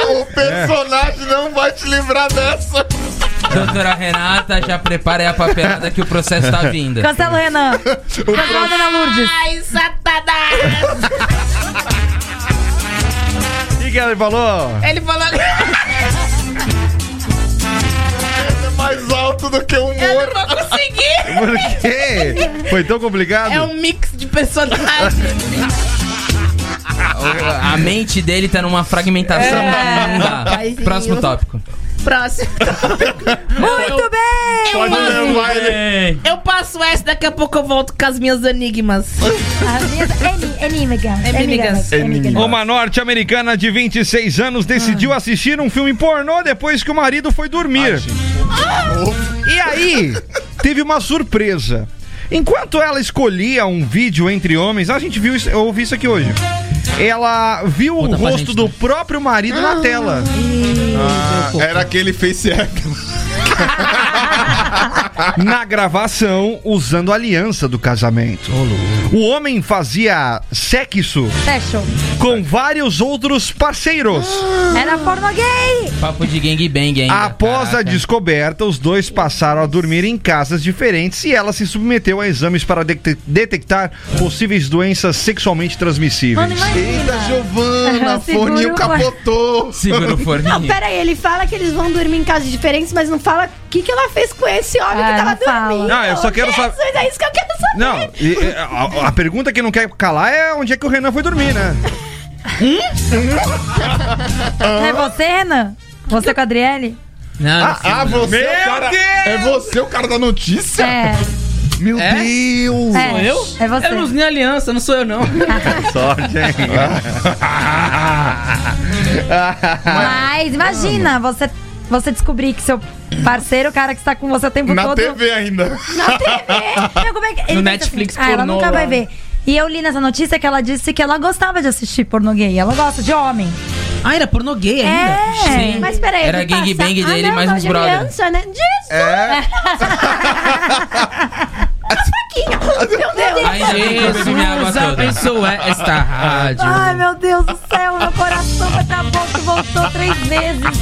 O personagem não vai te livrar dessa. Doutora Renata, já prepara aí a papelada que o processo tá vindo. Cancela o Renan. Cancela a Dona Lourdes. O que que ele falou? É mais alto do que o humor. Por quê? Foi tão complicado? É um- É. A mente dele tá numa fragmentação. Não dá. Próximo tópico. Próximo. Muito bem! Pode levar ele. bem. Eu passo essa, daqui a pouco eu volto com as minhas enigmas. É Enimigas. Enimigas. É Enimigas. Uma norte-americana de 26 anos decidiu assistir um filme pornô depois que o marido foi dormir. E aí, teve uma surpresa. Enquanto ela escolhia um vídeo entre homens, a gente viu isso, eu ouvi isso aqui hoje. Ela viu Conta o pra rosto gente, do né? próprio marido na tela. Ah, era aquele face app. na gravação usando a aliança do casamento. O homem fazia sexo Fashion. com vários outros parceiros. Era porno gay! Papo de gangbang ainda. Após a Caraca. descoberta, os dois passaram a dormir em casas diferentes e ela se submeteu a exames para dete- detectar possíveis doenças sexualmente Mano, transmissíveis. Eita, Giovana, Segura forninho o- capotou. Segura Não, o forninho. pera aí, ele fala que eles vão dormir em casas diferentes, mas não fala o que, que ela fez com esse homem Ah, que tava não fala. dormindo. Não, eu só quero Jesus, saber- É isso que eu quero saber. Não, e- e- a, a pergunta que não quer calar é onde é que o Renan foi dormir, né? Não é você, Renan? Você com a Adriele? Não, não sei. Ah, você é o cara. É você o cara da notícia? É. Meu É? Deus! é. Sou eu? É você. Eu não nem aliança, não sou eu não. Sorte, hein? Ah. Mas imagina, você, você descobrir que seu parceiro, o cara que está com você o tempo Na todo. TV ainda. Na TV! Não, como é que... No ele pensa Netflix assim, Ah, ela pornô nunca vai lá. ver. E eu li nessa notícia que ela disse que ela gostava de assistir porno gay. Ela gosta de homem. Ah, era pornô gay É. ainda? Sim. Mas peraí, Era tá ele passa- gangbang Ah, dele, não, mais gosta uns de brother. Aliança, né? Jesus, É. meu Deus. Ai, Ah, Jesus, minha água Jesus toda. abençoe é esta rádio. Ai, meu Deus do céu, meu coração vai pra boca e voltou três vezes.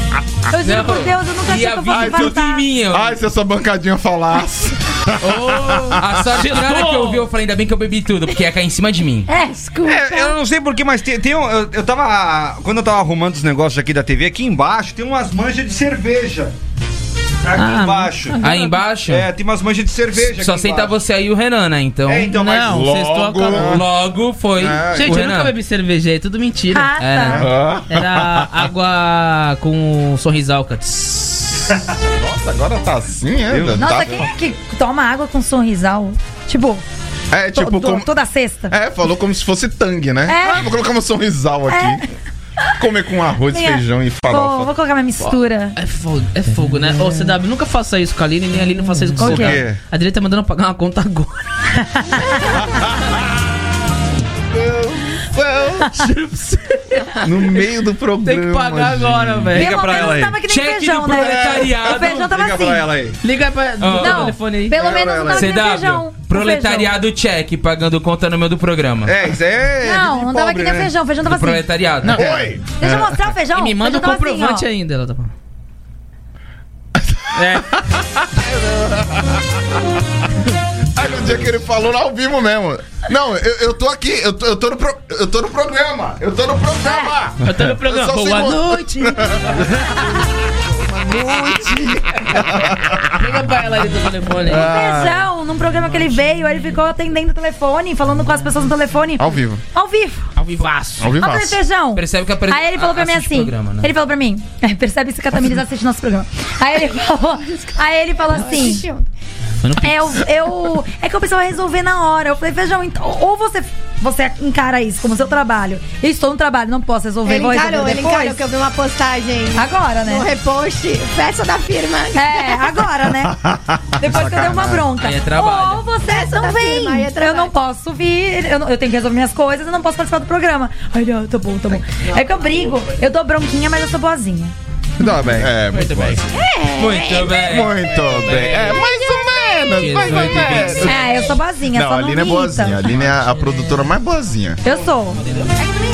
Eu juro Não, por Deus, eu nunca e achei a que eu vida fosse tudo em voltar. mim, ó. Ah, Ai, se essa bancadinha falasse. Oh, a sorte na hora que eu vi, eu falei, ainda bem que eu bebi tudo, porque ia cair em cima de mim. É, desculpa. É, eu não sei porquê, mas tem, tem um, eu, eu tava. Quando eu tava arrumando os negócios aqui da TV, aqui embaixo tem umas manchas de cerveja. Aqui Ah, embaixo. Aí embaixo, É, tem umas manchas de cerveja só aqui senta embaixo. você aí e o Renan, né? Então, É, então, mas. Não, vocês Logo. tocam. logo foi É, o Gente, eu Renan. nunca bebi cerveja, é tudo mentira. Ah, É, tá. Ah, Era água com sorrisalca. Tss. nossa, agora tá assim, é? Deus. Tá- Nossa, quem é que toma água com sorrisal? Tipo, É to- tipo to- como. toda sexta. É, falou como se fosse tangue, né? É. Ah, vou colocar um sorrisal aqui. Comer com arroz, Minha- feijão e Vou, vou farofa. colocar minha mistura. É fogo, é fogo, né? Ô, CW, nunca faça isso com a Aline, nem a Aline faça isso com O o CW. quê? A Adriana tá mandando eu pagar uma conta agora. No meio do programa. Tem que pagar gente. agora, velho. Liga pelo pra menos ela aí. tava que nem Cheque feijão, do né? proletariado. O feijão tava Tá. Liga assim. pra ela aí. Liga pra, Ó. dá o Não, telefone aí. Pelo Liga pra menos não ela tava que nem feijão. CW, O proletariado cheque, pagando conta no meu do programa. É, isso aí é. feijão. Não, vida de não tava pobre, que nem né? feijão. O feijão tava Do assim. proletariado. Não. Oi! Deixa eu É. mostrar o feijão. E me manda o o feijão tava comprovante assim, ó. ainda, ela tá falando. É, Aí no dia que ele falou lá ao vivo mesmo. Não, eu, eu tô aqui, eu tô, eu, tô no pro- eu tô no programa, eu tô no programa. É. eu tô no programa. Eu só sei É. Boa mostrar. noite. Liga pra ela aí do telefone. É. aí. Feijão, num programa que ele veio, ele ficou atendendo o telefone, falando com as pessoas no telefone. Ao vivo, Ao vivo. Ao vivaço. ao vivo. Ao vivo, feijão. Percebe que a pre- Aí ele falou pra mim assiste assim. programa, né? Ele falou pra mim. é, Percebe se que a Tamiris assiste nosso programa. Aí ele falou. Aí ele falou assim. Foi no É, eu, eu- é que eu precisava resolver na hora. Eu falei, feijão, então, ou você, você encara isso como seu trabalho. Eu estou no trabalho, não posso resolver. Ele vou resolver encarou, ele depois. encarou que eu vi uma postagem Agora, no né? repost, festa da firma. É, agora, né? Depois que eu dei uma bronca. Aí é trabalho. Ou você não da vem. firma, aí é eu trabalho. não posso vir, eu, não- eu tenho que resolver minhas coisas, eu não posso participar do programa. Ai, não, tá bom, tá bom. É que eu brigo, eu dou bronquinha, mas eu sou boazinha. Muito bem. É, muito, Muito bem. Muito bem. muito bem. É, mais ou menos, mais ou menos. É, eu sou boazinha, Não, só a não me Aline é irrita. boazinha. A Aline é a produtora mais boazinha. Eu sou. É que me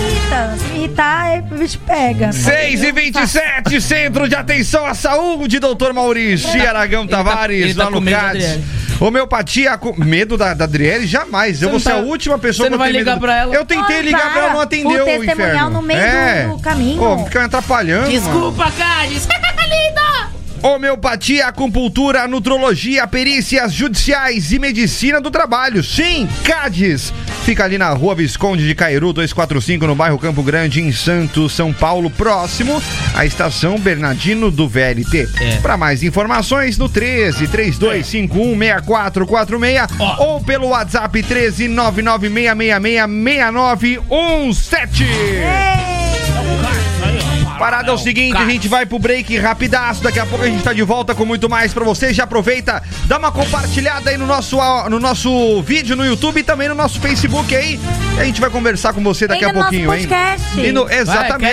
irrita. Se me irritar, aí o bicho pega. 6 e 27, Centro de Atenção à Saúde, doutor Maurício Aragão Tavares, tá- ele tá lá com no medo da CAT. Adriele. Homeopatia, com medo da, da Adriele? Jamais. eu Você vou não ser tá- a última pessoa você não pra vai ter ligar medo. pra ela? Eu tentei Ai, ligar para. pra ela, não O atendeu. testemunhal inferno. no meio do- do caminho. Pô, fica me atrapalhando. Desculpa, cara. Desculpa, lindo. Homeopatia, acupuntura, nutrologia, perícias judiciais e medicina do trabalho. Sim, CADES. Fica ali na rua Visconde de Cairu, 245, no bairro Campo Grande, em Santos, São Paulo, próximo à estação Bernardino do VLT. É. Para mais informações, no 13 3251 6446 Ó. ou pelo WhatsApp 13 996666917. É. Parada Ah, é o seguinte, a gente vai pro break rapidaço, daqui a pouco a gente tá de volta com muito mais pra você. Já aproveita, dá uma compartilhada aí no nosso, ah, no nosso vídeo no YouTube e também no nosso Facebook aí. E a gente vai conversar com você daqui E a no nosso pouquinho, hein? podcast. E no- Vai, quero ganhar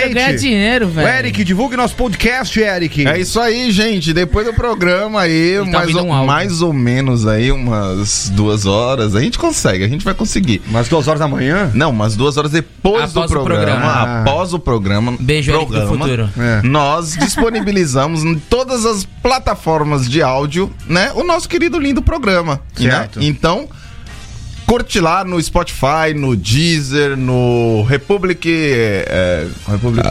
exatamente. dinheiro, O velho. Eric, divulgue nosso podcast, Eric. É isso aí, gente. Depois do programa aí, tá mais, ouvindo ou, um áudio. mais ou menos aí, umas duas horas. A gente consegue, a gente vai conseguir. Umas duas horas da manhã? Não, umas duas horas depois Após do o Ah. programa, programa. Após o programa. Beijo, Eric do programa, futuro. É. Nós disponibilizamos em todas as plataformas de áudio, né? O nosso querido lindo programa. né? Certo. Então. Curte lá no Spotify, no Deezer, no Republic. É, Republic.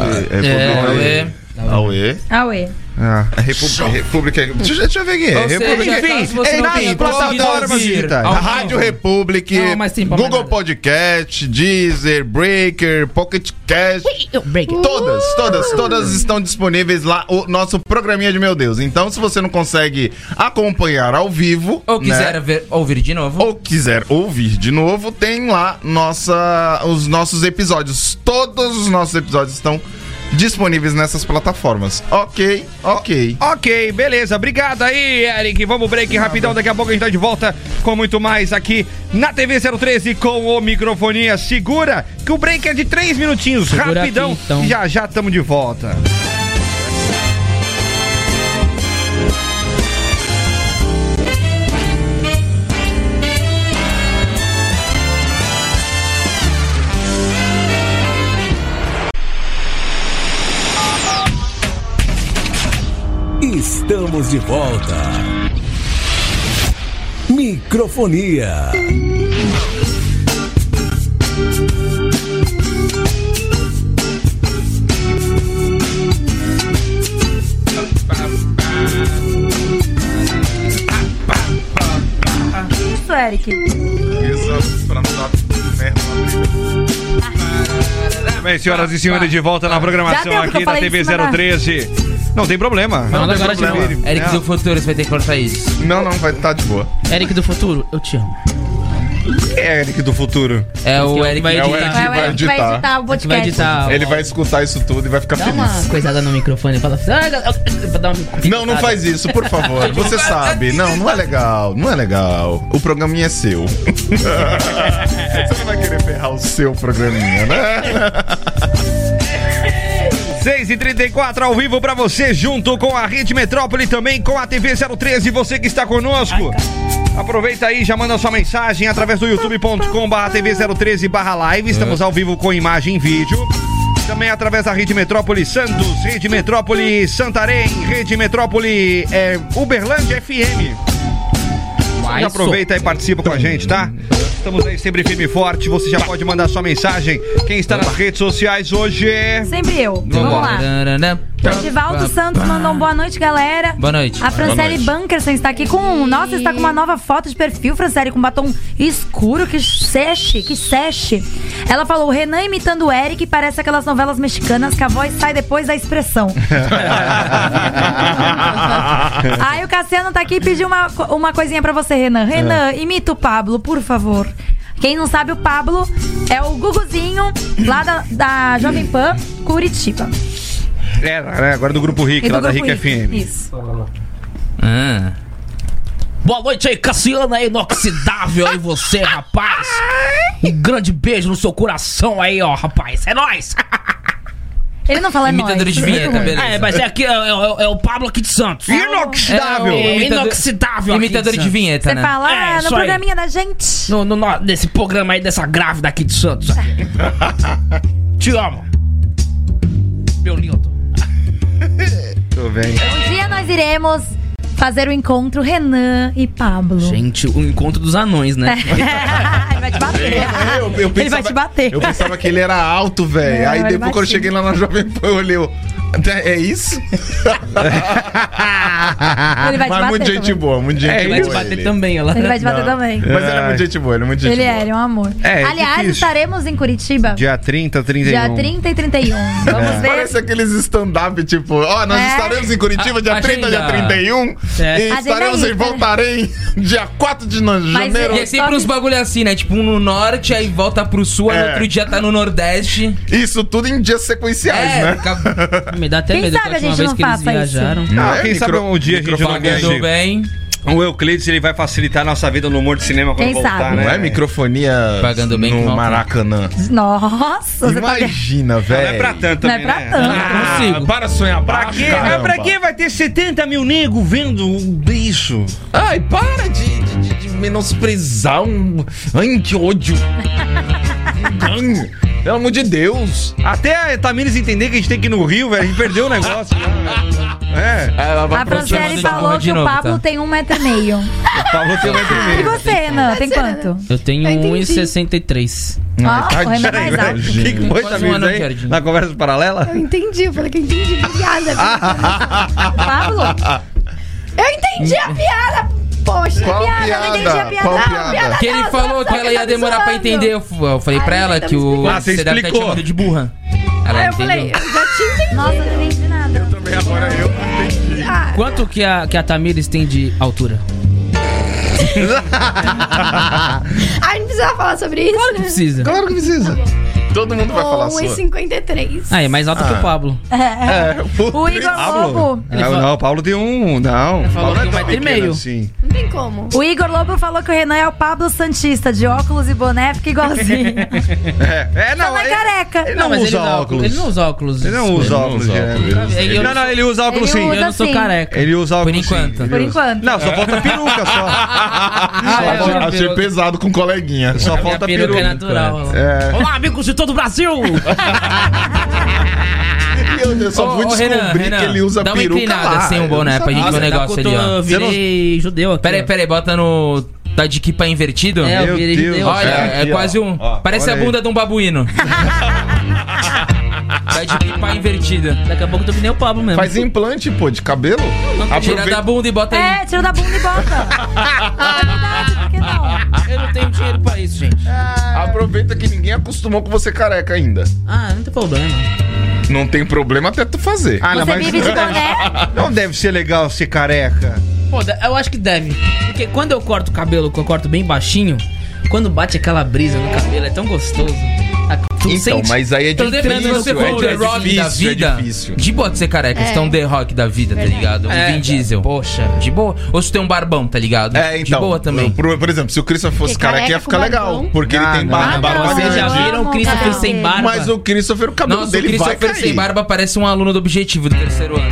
é, Republic. Aue. Aue. Ah. É Repu- República. Deixa, deixa eu ver quem é. Ou República. seja, Enfim, caso você é não nas tenha plataformas conseguido digitais. ouvir ao Rádio vivo, Republic, Não, mas sim, pra mais Google né? nada. Podcast, Deezer, Breaker, Pocket Cast. Break it. Todas, todas, todas estão disponíveis lá. O nosso programinha de meu Deus. Então, se você não consegue acompanhar ao vivo, Ou né, quiser ver- ouvir de novo. ou quiser ouvir de novo, tem lá nossa, os nossos episódios. Todos os nossos episódios estão disponíveis nessas plataformas. Ok, ok. Ok, beleza. Obrigado aí, Eric. Vamos break rapidão. Daqui a pouco a gente tá de volta com muito mais aqui na TV 013 com o Microfonia Segura, que o break é de três minutinhos. Segura rapidão. aqui, então. Já já estamos de volta. Estamos de volta. Microfonia. Isso, Eric. Bem, senhoras e senhores, de volta na Já programação deu, porque aqui eu da falei TV em cima da- 013. Não tem problema. Falando tem agora de problema. novo. Eric É. do futuro, você vai ter que cortar isso. Não, não, vai tá estar de boa. Eric do futuro, eu te amo. É, Eric do futuro. É Esse é o o que Eric vai do editar. futuro. É o Eric. Vai, o Eric que vai editar. editar o É que vai podcast. editar. Ele vai escutar isso tudo e vai ficar Dá feliz. uma coisada no microfone. Fala assim. Ah, eu- eu- eu- pra dar uma Não, não faz isso, por favor. Você sabe. Não, não é legal. Não é legal. O programinha é seu. Você não vai querer ferrar o seu programinha, né? 6 e 34 ao vivo pra você, junto com a Rede Metrópole, também com a TV 013, você que está conosco. Aproveita aí, já manda sua mensagem através do youtube.com barra TV 013 barra live. Estamos ao vivo com imagem e vídeo. Também através da Rede Metrópole Santos, Rede Metrópole Santarém, Rede Metrópole é, Uberlândia FM. Então Vai, já aproveita e participa com a gente, tá? Estamos aí sempre firme e forte. Você já pode mandar sua mensagem. Quem está nas redes sociais hoje é... Sempre eu. Vamos lá. O Divaldo Santos mandou um boa noite, galera. Boa noite. A Franciele noite. Bunkerson está aqui com. um- Nossa, está com uma nova foto de perfil, Franciele, com um batom escuro, que seche, que seche. Ela falou: o Renan imitando o Eric parece aquelas novelas mexicanas que a voz sai depois da expressão. Aí o Cassiano tá aqui e pediu uma, co- uma coisinha pra você, É. Renan. Renan, imita o Pablo, por favor. Quem não sabe, o Pablo é o Guguzinho, lá da, da Jovem Pan, Curitiba. É, né, agora do Grupo Rick, E É do lá da Rick Grupo FM. Isso. Ah. Boa noite aí, Cassiano aí, inoxidável aí você, rapaz. Um grande beijo no seu coração aí, ó, rapaz. É nóis. Ele não fala Imitador nós, de é muito vinheta, ruim. beleza. É, mas é aqui, é, é- é- é o Pablo aqui de Santos. Inoxidável! É, o imitador- inoxidável aqui Imitador de de vinheta, Você né? fala É, ah, no isso aí. programinha da gente. No, no, no- nesse programa aí, dessa grávida aqui de Santos. Te amo. Meu lindo. Muito bem. Um dia nós iremos fazer o encontro Renan e Pablo. Gente, o encontro dos anões, né? Vai vai te bater. Eu- eu ele vai pensava- te bater. Eu pensava que ele era alto, velho. Não, Aí ele depois, quando eu baixinho. cheguei lá na Jovem Pan, eu olhei. eu, É isso? Ele vai Mas te bater muito gente também. boa, muito gente Ele vai boa. te bater também, olha lá. Ele vai te bater também. Mas ele é muito gente boa, ele é muito gente Ele boa. é, ele é um amor. É, é Aliás, difícil. estaremos em Curitiba dia, Dia um. 30, 31. 30 e 31. Vamos ver. Parece aqueles stand-up, tipo, ó, nós É. estaremos em Ah, Curitiba dia A- 30, dia agenda. 31. É. E Agenda estaremos aí, em tá? Voltarém dia 4 de no- Mas janeiro. E é sempre uns bagulho assim, né? Tipo, um no norte, aí volta pro sul, aí É. no outro dia tá no nordeste. Isso tudo em dias sequenciais, É, né? fica- Me dá até Quem medo que sabe a a última gente vez não que eles faça isso. viajaram. Ah, É, quem micro- sabe um dia a gente não propagando ganha. bem. O Euclides ele vai facilitar a nossa vida no humor de cinema quando Quem voltar, sabe? né? Não é microfonia Pagando bem que no mal. Maracanã. Nossa, você tá... Imagina, Não velho. é pra tanto, Não é também, pra né? tanto. Ah, consigo. para sonhar Pra quê? Caramba. Ah, pra quê vai ter 70 mil nego vendo isso? Ai, para de, de- de menosprezar um. Ai, que ódio. Ai, Pelo amor de Deus. Até a Tamires entender que a gente tem que ir no Rio, velho. A gente perdeu o negócio. né, é. Ela vai A pra- Franciele Franciele chamou falou de que o novo, então. Pablo tá? tem um metro e meio. O Pablo tem mais E primeiro. você, Renan, tem quanto? Eu tenho Eu entendi. 1,63. Ó, o Renan é Tadinho, mais alto. velho. O que que foi, Quase um Tamires, ano, aí? Jardim. Na conversa paralela? Eu entendi, eu falei que eu entendi. Obrigada. Pablo? eu entendi a piada, poxa. Qual piada, eu não entendi a piada? piada. Qual Não, piada? Que ele falou que ela ia demorar pra entender. Eu f- eu falei pra Ai, ela tá que me o. explicando. Ah, você você deve ter explicou. chamado de burra. Ela Aí eu entendeu. falei, é. eu já te entendi. Ah, Nossa, eu não entendi nada. Também agora eu não entendi. Quanto que a, que a Tamires tem de altura? Ai, não precisava falar sobre isso. né? Claro que Precisa. Claro que precisa. Todo mundo vai falar sua. 1,53. Ah, é mais alta que o Pablo. É, O Igor Lobo. Ele Não, falou- não, o Paulo tem um. Não. Ele falou Paulo que é um tão metro e pequeno meio. assim. Não tem como. O Igor Lobo falou que o Renan é o Pablo Santista, de óculos e boné, fica igualzinho. É, é, não. Tava ele- careca. Ele não, mas usa ele óculos. Ele não usa óculos. Ele não usa óculos, usa né? óculos. Ele- Não, não, ele usa óculos Ele sim. Eu não sou Assim. careca. Ele usa óculos. sim. enquanto. Ele Por usa. enquanto. Não, só falta peruca só. Ah, Achei- é, Achei pesado com coleguinha. Só Minha falta peruca é peruca. natural. olha lá. É. Olá, amigos de todo o Brasil! Meu Deus, só Ô, vou ô, descobrir Renan, que Renan, ele usa dá uma peruca Ah, inclinada assim, lá. sem o boné Eu não né? pra gente sabia. ver o tá é negócio ali, ó. virei judeu aqui. Pera aí, ó. pera aí, bota no. Tá de kipa invertido? É, Meu eu virei Deus. judeu. Olha, Olha, é, aqui, ó. quase um. Ó, parece olha a aí. bunda de um babuíno. tá de kipa invertida. daqui a pouco eu tô que nem o Pablo mesmo. Faz implante, pô, de cabelo? Tira da Aproveita. bunda e bota aí. É, tira da bunda e bota. é verdade, por que não? Ah, Eu não tenho dinheiro pra isso, gente. Aproveita que ninguém acostumou com você careca ainda. Ah, não tem problema. Não tem problema até tu fazer. Ah, não, Você mas vive de boné? não deve ser legal ser careca. Pô, de- eu acho que deve. Porque quando eu corto o cabelo, que eu corto bem baixinho, quando bate aquela brisa no cabelo, é tão gostoso. A- Tu então, sente? mas aí é Então, depende se difícil. você for o The é Rock da difícil, é vida. difícil. de boa de ser careca, se tu é um The Rock da vida, tá ligado? Um É, Vin Diesel. Poxa. De boa. Ou se tu tem um barbão, tá ligado? É, então. De boa também. Por, por exemplo, se o Christian fosse Porque careca, ia careca ficar com legal. barbão. Porque Ah, ele tem não. barba, Ah, barba Vocês já grande. viram o Não, Christopher cara. sem barba? Mas o Christopher, o cabelo Nossa, o dele vai Christopher cair. sem barba parece um aluno do objetivo do terceiro ano.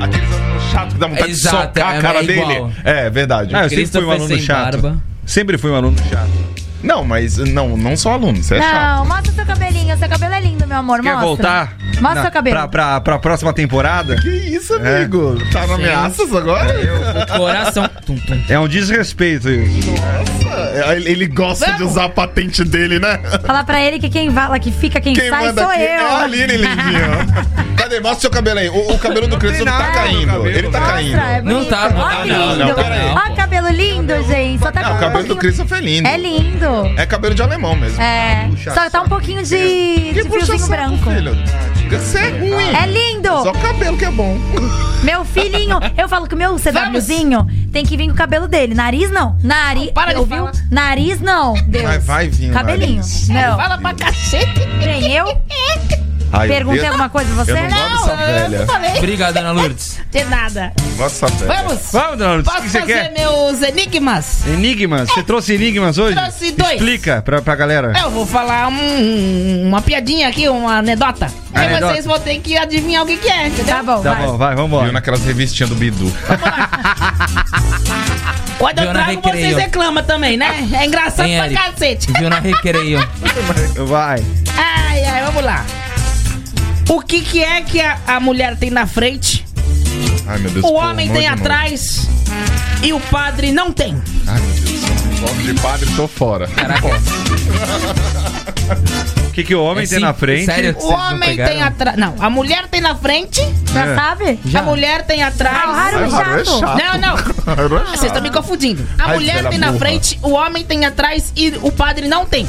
Aqueles alunos chatos que dá vontade de Exato, socar é, a cara é dele. igual. É, verdade. Ah, eu sempre fui um Christopher aluno sem chato. barba. Sempre fui um aluno chato. Não, mas não, não só aluno, você é chato. Não, mostra seu cabelinho. Seu cabelo é lindo, meu amor. Quer mostra. voltar? Mostra na- seu cabelo. Pra, pra, pra próxima temporada? Que isso, amigo? Tá na ameaças agora? Coração. Tum, tum. É um desrespeito isso. Nossa, ele, ele gosta de usar a patente dele, né? Falar pra ele que quem fala que fica, quem, Quem sai manda sou aqui é eu. a Aline Lindinho. Cadê? Mostra seu cabelo aí. O, o cabelo do Christian tem tá nada no caindo. cabelo, Ele tá velho. caindo. Mostra, é Não bonito. tá, não Ó, tá, lindo. não, não, pera aí. Ó, cabelo lindo, gente. Só tá Não, com o um cabelo do pouquinho- Christian é lindo. É lindo. É cabelo de alemão mesmo. É. Puxa Só tá um saco. pouquinho de, de puxa fiozinho saco, branco. filho? Você é ruim. É lindo! Só o cabelo que é bom. Meu filhinho, eu falo que o meu CWzinho tem que vir com o cabelo dele. Nariz não. Nariz. para de ouviu? falar. Nariz não. Deus. Mas vai vir o Cabelinho. nariz. Não. Fala pra cacete. Nem eu. Ai, Perguntei Deus, alguma coisa pra você? Eu não gosto dessa Eu velha. não falei Obrigado, Ana Lourdes. de nada. Não gosto dessa velha. Vamos. Vamos, Dona Lourdes, o Posso que você fazer quer? meus enigmas? Enigmas? Você trouxe enigmas hoje? Trouxe dois. Explica pra, pra galera. Eu vou falar um- uma piadinha aqui, uma anedota. Aí Anedota. vocês vão ter que adivinhar o que, que é, entendeu? Tá bom. Tá vai. bom, vai, Viu vambora. naquelas revistinhas do Bidu. Quando eu Viu na trago, vocês Recreio. reclamam também, né? É engraçado Hein, pra Eric? cacete. Viu na recreio. Vai. Ai, ai, vamos lá. O que, que é que a, a mulher tem na frente, Ai, meu Deus. o pô, homem amor tem de novo. atrás e o padre não tem? Ai, meu Deus. Nome de padre, tô fora. Caraca, O que, que o homem é tem sim- na frente? Sério, que O vocês não homem pegaram? tem atrás. Não, a mulher tem na frente, Já É. sabe? a mulher tem atrás. Claro, Ai, Maru, é um chato. chato. Não, não. Maru é Vocês estão me chato. confundindo. A Ai, mulher velha tem na burra. frente, o homem tem atrás e o padre não tem.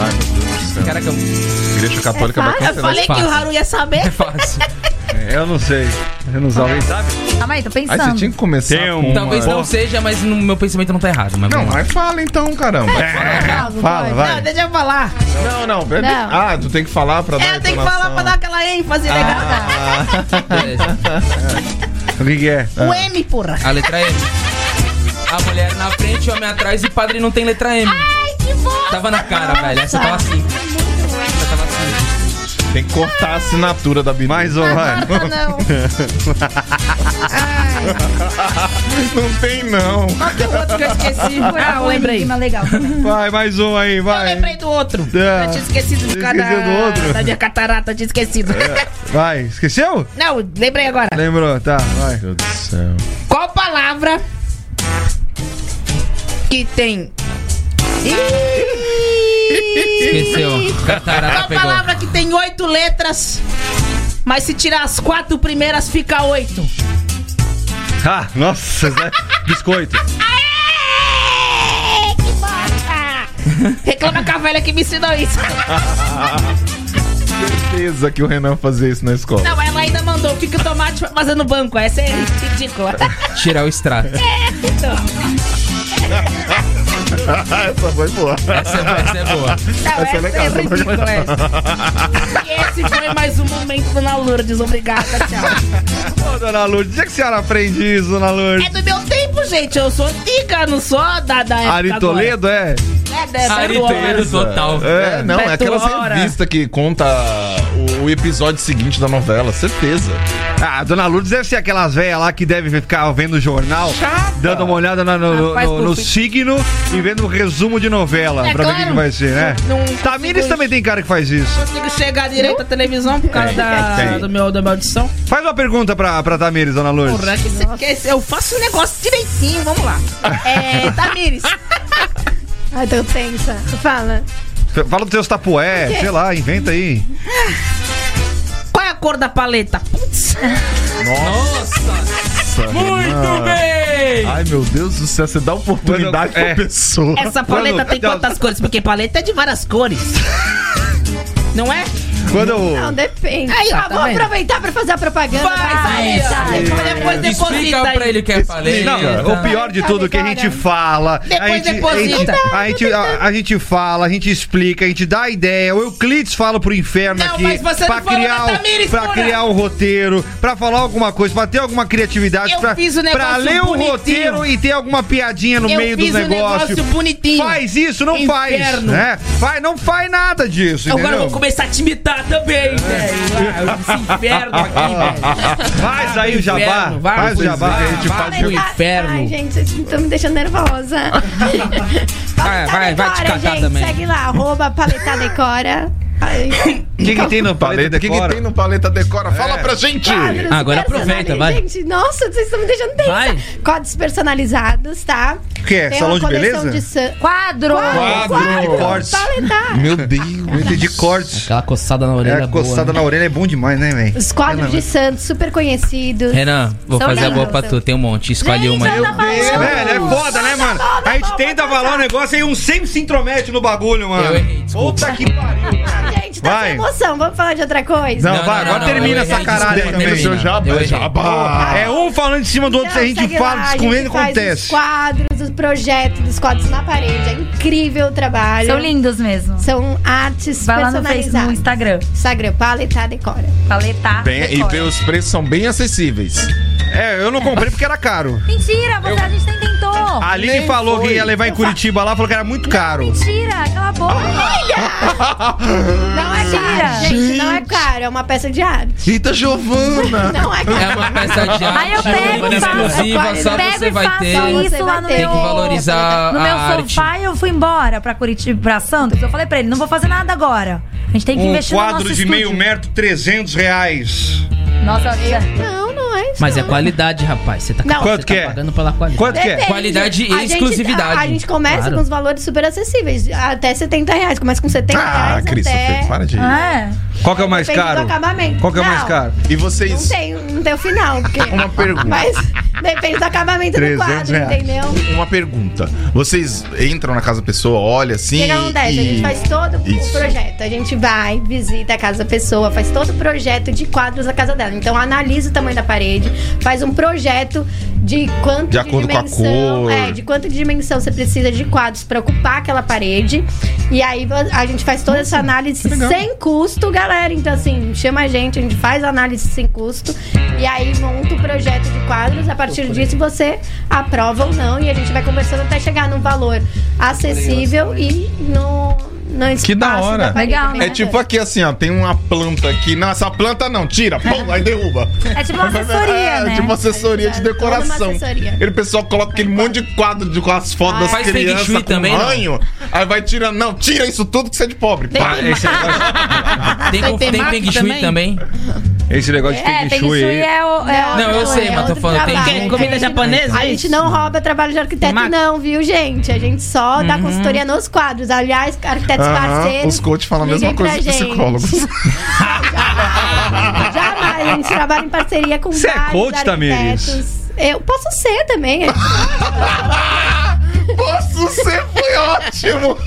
Ai, meu Deus do céu. Caraca, é Igreja Católica vai Eu cancelar. falei que fácil. o Haru ia saber. é fácil. É, Eu não sei. Eu não sei. Alguém sabe? Calma aí, tô Aí você pensando. tinha que começar Tem com um- uma- Talvez não seja, mas no meu pensamento não tá errado. Mas Não, vamos lá. mas fala então, caramba. É. Fala, Não, vai. deixa eu falar. Não, não, peraí. Não. Ah, tu tem que falar pra dar É, tem que falar pra dar aquela ênfase né, legal. Ah, Beleza. O que, que é? O M, porra. A letra M. A mulher na frente, o homem atrás e padre não tem letra M. Ai, que bosta! Tava na cara, velho. Essa tava assim. Essa tava assim. tem que cortar a assinatura da Bíblia. Mais um, vai. Ah, não. Não tem, não. Qual que é o outro que eu esqueci? Ah, eu lembrei. Mas legal. Vai, mais um aí, Eu vai. lembrei do outro. Ah, Eu tinha esquecido de tinha cada. esquecido do outro. Da minha catarata, eu tinha esquecido. Vai. Esqueceu? Não, lembrei agora. Lembrou, tá, vai. Meu Deus do céu. Qual palavra que tem. Ih! Esqueceu. Catarata Qual pegou. palavra que tem oito letras, mas se tirar as quatro primeiras fica oito? Ah, nossa, Zé. biscoito. Ai, que bosta! Reclama com a velha que me ensinou isso. Certeza que o Renan fazia isso na escola. Não, ela ainda mandou o que, que o tomate foi fazer no banco. Essa é ridícula. Tirar o extrato. Essa foi boa. Essa, essa é boa. Não, essa, é, ridícula essa. E esse foi mais um momento na Lourdes. Obrigada, tchau. Ô, dona Lourdes, onde é que a senhora aprende isso, dona Lourdes? É do meu tempo, gente. Eu sou antiga, não sou da, da época Ari agora. Toledo, é? É, da época Aritoeiro agora. total. É, não, é Beto aquelas Hora. revistas que conta o, o episódio seguinte da novela, certeza. Ah, a dona Lourdes deve ser aquelas velhas lá que deve ficar vendo o jornal, dando uma olhada na- no, no- Rapaz, no- no por fim. signo e vendo o resumo de novela É pra ver o que claro. que vai ser, né? Não consigo- Tamires também tem cara que faz isso. Não consigo chegar direito à televisão por causa Tem, da, tem. Do meu, da minha audição. Faz uma pergunta pra, pra Tamires, dona Lourdes. Porra, que cê, que cê- eu faço o negócio direitinho, vamos lá. É, Tamires, Ai, tô tensa. Fala. F- Fala dos teus tapué, sei lá, inventa aí. qual é a cor da paleta? Putz, Nossa, Muito Renan. bem! Ai, meu Deus do céu, você dá oportunidade Quando- pra é. pessoa. essa paleta Mano, tem não. quantas cores? Porque paleta é de várias cores. Não é? Quando eu. Não, depende. Aí, ó, ah, tá vou vendo? aproveitar pra fazer a propaganda. Vai, vai, vai. Depois deposita Explica pra aí. ele o que é falei. Não, o pior de tudo é que a gente fala, a Depois é gente, a, deposita. gente, a, gente, a- a gente fala, a gente explica, a gente dá a ideia. O Euclides fala pro inferno Não, aqui mas você pra não falou criar, da o- Tamires, pra porra. criar um roteiro, pra falar alguma coisa, pra ter alguma criatividade, Eu pra, fiz o pra negócio ler o bonitinho. roteiro e ter alguma piadinha no Eu meio fiz do o negócio negócio. bonitinho. Faz isso, não faz. Inferno. Né? Vai, não faz nada disso, Agora eu vou entendeu? começar a te imitar É, também, velho. Ah, Esse inferno aqui, velho. Faz aí o jabá. Inferno, vai, Faz o pois jabá. é, que a gente vai faz pro junto. inferno. Ai, gente, vocês estão me deixando nervosa. Vai, vai, vai te Decora, catar gente. também. Segue lá, arroba paletadecora. Ai, O que, que tem no paleta? Paleta, o que, que tem no paleta decora? Fala pra gente! quadros Ah, agora personali- aproveita, vai. Gente, nossa, vocês estão me deixando tensa. Vai. Quadros personalizados, tá? O que é? Tem Salão uma de coleção beleza? de san... Quadro! Quadro. Cortes. Paletar. Meu Deus! De cortes. Aquela coçada na orelha É, coçada boa. né? na orelha é bom demais, né, velho? Os quadros de Santos, super conhecidos. Renan, vou São fazer a boa lindos. pra tu. Tem um monte. Escolhe uma aí. Velho, é foda, né, mano? A gente tenta falar um negócio e um sempre se intromete no bagulho, Eu mano. errei, desculpa. Puta que pariu. Gente, tá Vai. sem emoção. Vamos falar de outra coisa? Não, vai, agora termina eu essa errei, caralho desculpa, também. né? termina. Seu jabá, Eu errei. jabá. É um falando em cima do outro, se a gente segue lá, fala, a com gente ele faz Os acontece. quadros, os projetos dos quadros na parede. É incrível o trabalho. São lindos mesmo. São artes Vai lá no, Facebook, no personalizadas. Instagram. Instagram, paleta decora. Paletar. Bem, e decora. os preços são bem acessíveis. É, eu não comprei porque era caro. Mentira, você, a gente nem tentou. A Aline falou que ia levar em Curitiba lá, falou que era muito caro. Mentira, cala a boca. Ah, Não é caro, Mentira. gente, Não é caro, é uma peça de arte. Rita Giovana! Não é É caro. uma peça de Aí eu arte, pego uma e faço. exclusiva, só pego você e vai faço ter. isso lá no Tem Tem meu... que valorizar No a meu arte. sofá e eu fui embora pra Curitiba, pra Santos. Eu falei pra ele, não vou fazer nada agora. A gente tem que Um investir no nosso quadro de estúdio. meio metro, 300 reais. Nossa, Não, não Não, é isso. Mas é não. qualidade, rapaz. Você tá, Não. você Quanto que tá é? pagando pela qualidade. Quanto que é? Depende. Qualidade e A gente- exclusividade. a, a gente começa Claro. com os valores super acessíveis, até 70 reais. Começa com 70 Ah, reais. Christopher, até... para de. Ah, Qual que é o mais Depende do caro? acabamento. Qual que é o mais Não. caro? E Não vocês. tem, não tem o final, porque. Uma pergunta. Mas depende do acabamento do 300 quadro, reais. entendeu? O né? Um, Uma pergunta. Vocês entram na casa da pessoa, olha assim. que que acontece? um A e- gente faz todo Isso. o projeto. A gente vai, visita a casa da pessoa, faz todo o projeto de quadros da casa dela. Então analisa o tamanho da parede, faz um projeto de quanto De acordo com a dimensão. cor. É, de quanto de dimensão você precisa de quadros pra ocupar aquela parede. E aí a gente faz toda essa análise sem custo, galera. Então, assim, chama a gente, a gente faz a análise sem custo. E aí monta o projeto de quadros. A partir disso você aprova ou não. E a gente vai conversando até chegar num valor acessível e no. no espaço Que da hora. parede, Legal, né? É tipo aqui assim, ó, tem uma planta aqui. Não, essa planta não, tira, pum, aí derruba. é tipo uma assessoria, é, né? tipo uma assessoria de É, toda uma decoração. assessoria. Ele, o pessoal coloca aquele monte de quadro de, com as fotos das Faz feng shui crianças com também, não? ranho. Aí vai tirando, não, tira isso tudo que você é de pobre. Pá, Ah, esse negócio- Tem Tem, tem, tem temaki Feng Shui também? Esse negócio de É, Feng tem Shui isso aí. é o. É o- Não, eu sei, mas tô outro falando, tem trabalho, gente- então Comida a gente- japonesa, A é gente isso? não rouba trabalho de arquiteto, Mac- não, viu, gente? A gente só dá Uhum. consultoria nos quadros. Aliás, arquitetos Aham, parceiros. os coaches falam a mesma liguem pra coisa dos gente. psicólogos. Jamais, a gente trabalha em parceria com Você é vários coach, Tamires? arquitetos. Eu posso ser também. Posso ser, foi ótimo.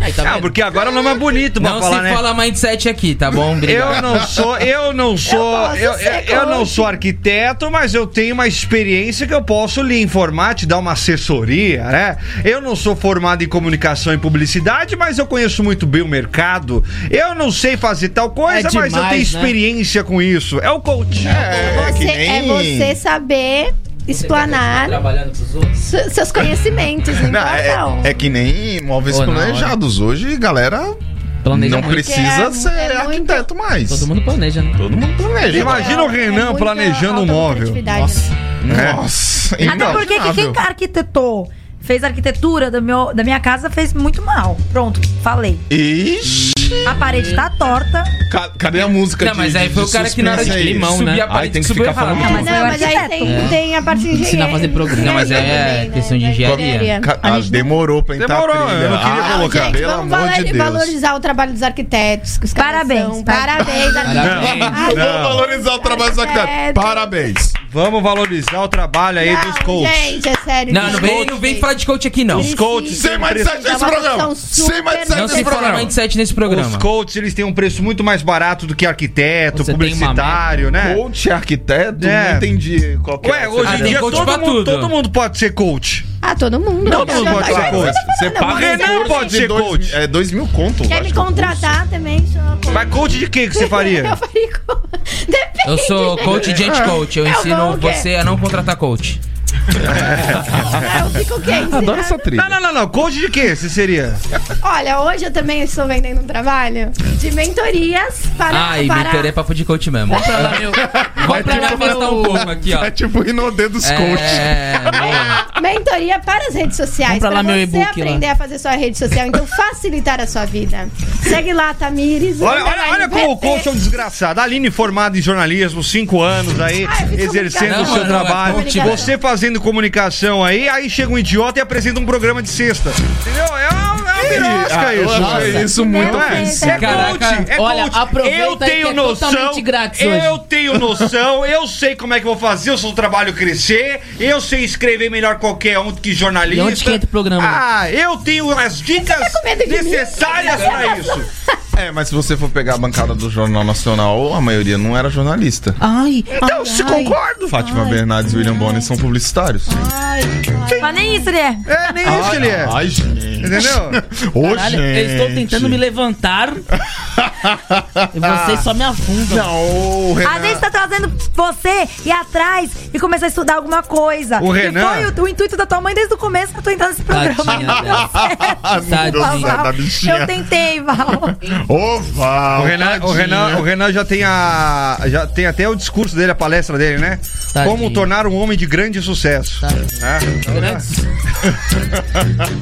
Aí, tá Ah, vendo? porque agora o nome é bonito pra Não falar, se né? fala mindset aqui, tá bom? Obrigado. Eu não sou, eu não sou, posso eu, ser eu não coach. sou arquiteto, mas eu tenho uma experiência que eu posso lhe informar, te dar uma assessoria, né? Eu não sou formado em comunicação e publicidade, mas eu conheço muito bem o mercado. Eu não sei fazer tal coisa, É mas eu demais, né? tenho experiência com isso. É o coach. É, você, é você saber explanar Trabalhando pros outros. se- seus conhecimentos, então, não, Não, importam. é, é que nem imóveis Ou não, planejados. Hoje, galera, Planeja não muito. precisa É, ser é muito- arquiteto mais. Todo mundo planeja, né? Todo mundo planeja. Imagina o Renan É muita planejando um móvel. autocriatividade, né? É. Nossa, Até porque que quem arquitetou, fez a arquitetura do meu, da minha casa, fez muito mal. Pronto, falei. Ixi, A parede tá torta. ca- cadê a música Não, de- mas aí de- foi o de cara que na hora de suspense aí? limão, Subir né? a parede Aí tem que subiu ficar errado. falando. Mas Não, é o mas aí tem, tem a parte de engenharia. Ensinar a fazer programa. Não, mas é questão de Da engenharia. Ca- ah, demorou pra entrar Demorou, a trilha. eu não queria Ah, colocar. gente, Pelo Vamos amor valer- de Deus. valorizar o trabalho dos arquitetos. que os caras Parabéns, são. par- Parabéns, Não, arquitetos. Vamos valorizar o trabalho do arquiteto. Parabéns. Vamos valorizar o trabalho aí dos Não, coaches. gente, é sério. Não, não vem, gente. não vem falar de coach aqui, não. Sim. coaches Sem mindset É nesse uma programa. profissão super Sem mindset Não nesse se fala programa. mindset nesse Os programa. coaches, eles têm um preço muito mais barato do que arquiteto, Você tem uma publicitário, né? Coach arquiteto? É. Não entendi qual que Ué, é. hoje Ah, em tem dia coach todo pra mundo, tudo. todo mundo pode ser coach. Ah, todo mundo. Não, todo mundo Mas pode ser agora coach. você tá falando, paga- amor, Renan gente. pode ser dois- coach. É dois mil conto. eu Quer acho me que é o curso. contratar também? Sou Mas coach de que que você faria? Eu faria co- Depende. Eu sou coach de anti-coach. Eu É o ensino bom que é. você a não contratar coach. Eu fico quente. né? Adoro essa trilha. Não, não, não, não. Coach de que você seria? Olha, hoje eu também estou vendendo um trabalho de mentorias para. Ai, para... mentor é papo de coach mesmo. Compra lá meu. Compra Vai ter que lá meu. afastar um pouco aqui, ó. É tipo o Rinodê dos coaches. É, não. Mentoria para as redes sociais. Compra lá pra meu você e-book lá. aprender a fazer sua rede social, então facilitar a sua vida. Segue lá, Tamires. Olha, olha, underline olha como o VT. coach é um desgraçado. A Aline formada em jornalismo, cinco anos aí, Ah, eu fiz exercendo o comunicação. seu Não, mano, trabalho. é coach, Você fazendo comunicação aí, aí chega um idiota e apresenta um programa de sexta. Entendeu? É uma, é uma birosca Ah, eu isso. achei isso Então muito Não é? ofensivo. É coach, Caraca. é Olha, coach. aproveita eu aí tenho que é noção. totalmente grátis eu hoje. tenho noção, eu sei como é que eu vou fazer o seu trabalho crescer, eu sei escrever melhor qualquer um que jornalista. E onde que entra o programa? tá Ah, eu tenho as dicas medo de mim? necessárias pra isso. É, mas se você for pegar a bancada do Jornal Nacional, a maioria não era jornalista. Ai, Então, se concordo. Fátima Bernardes e William Bonner são publicitários. Mas nem isso, né? É, nem isso ele Ah, é. Ai, gente. Entendeu? Ô, Caralho, eu estou gente. tentando me levantar. e Ah. vocês só me afundam. Não, o Renan... A gente tá trazendo você ir atrás e começar a estudar alguma coisa. O E Renan- foi o, o intuito da tua mãe desde o começo que eu tô entrando nesse programa. Tadinha Não deu certo. Ah, não deu Val. certo, a bichinha. Eu tentei, Val. Ô, Val, O Renan, o, tadinha. Renan, o Renan já tem a. Já tem até o discurso dele, a palestra dele, né? Tadinho. Como tornar um homem de grande sucesso. Tadinho. Né? Grandes-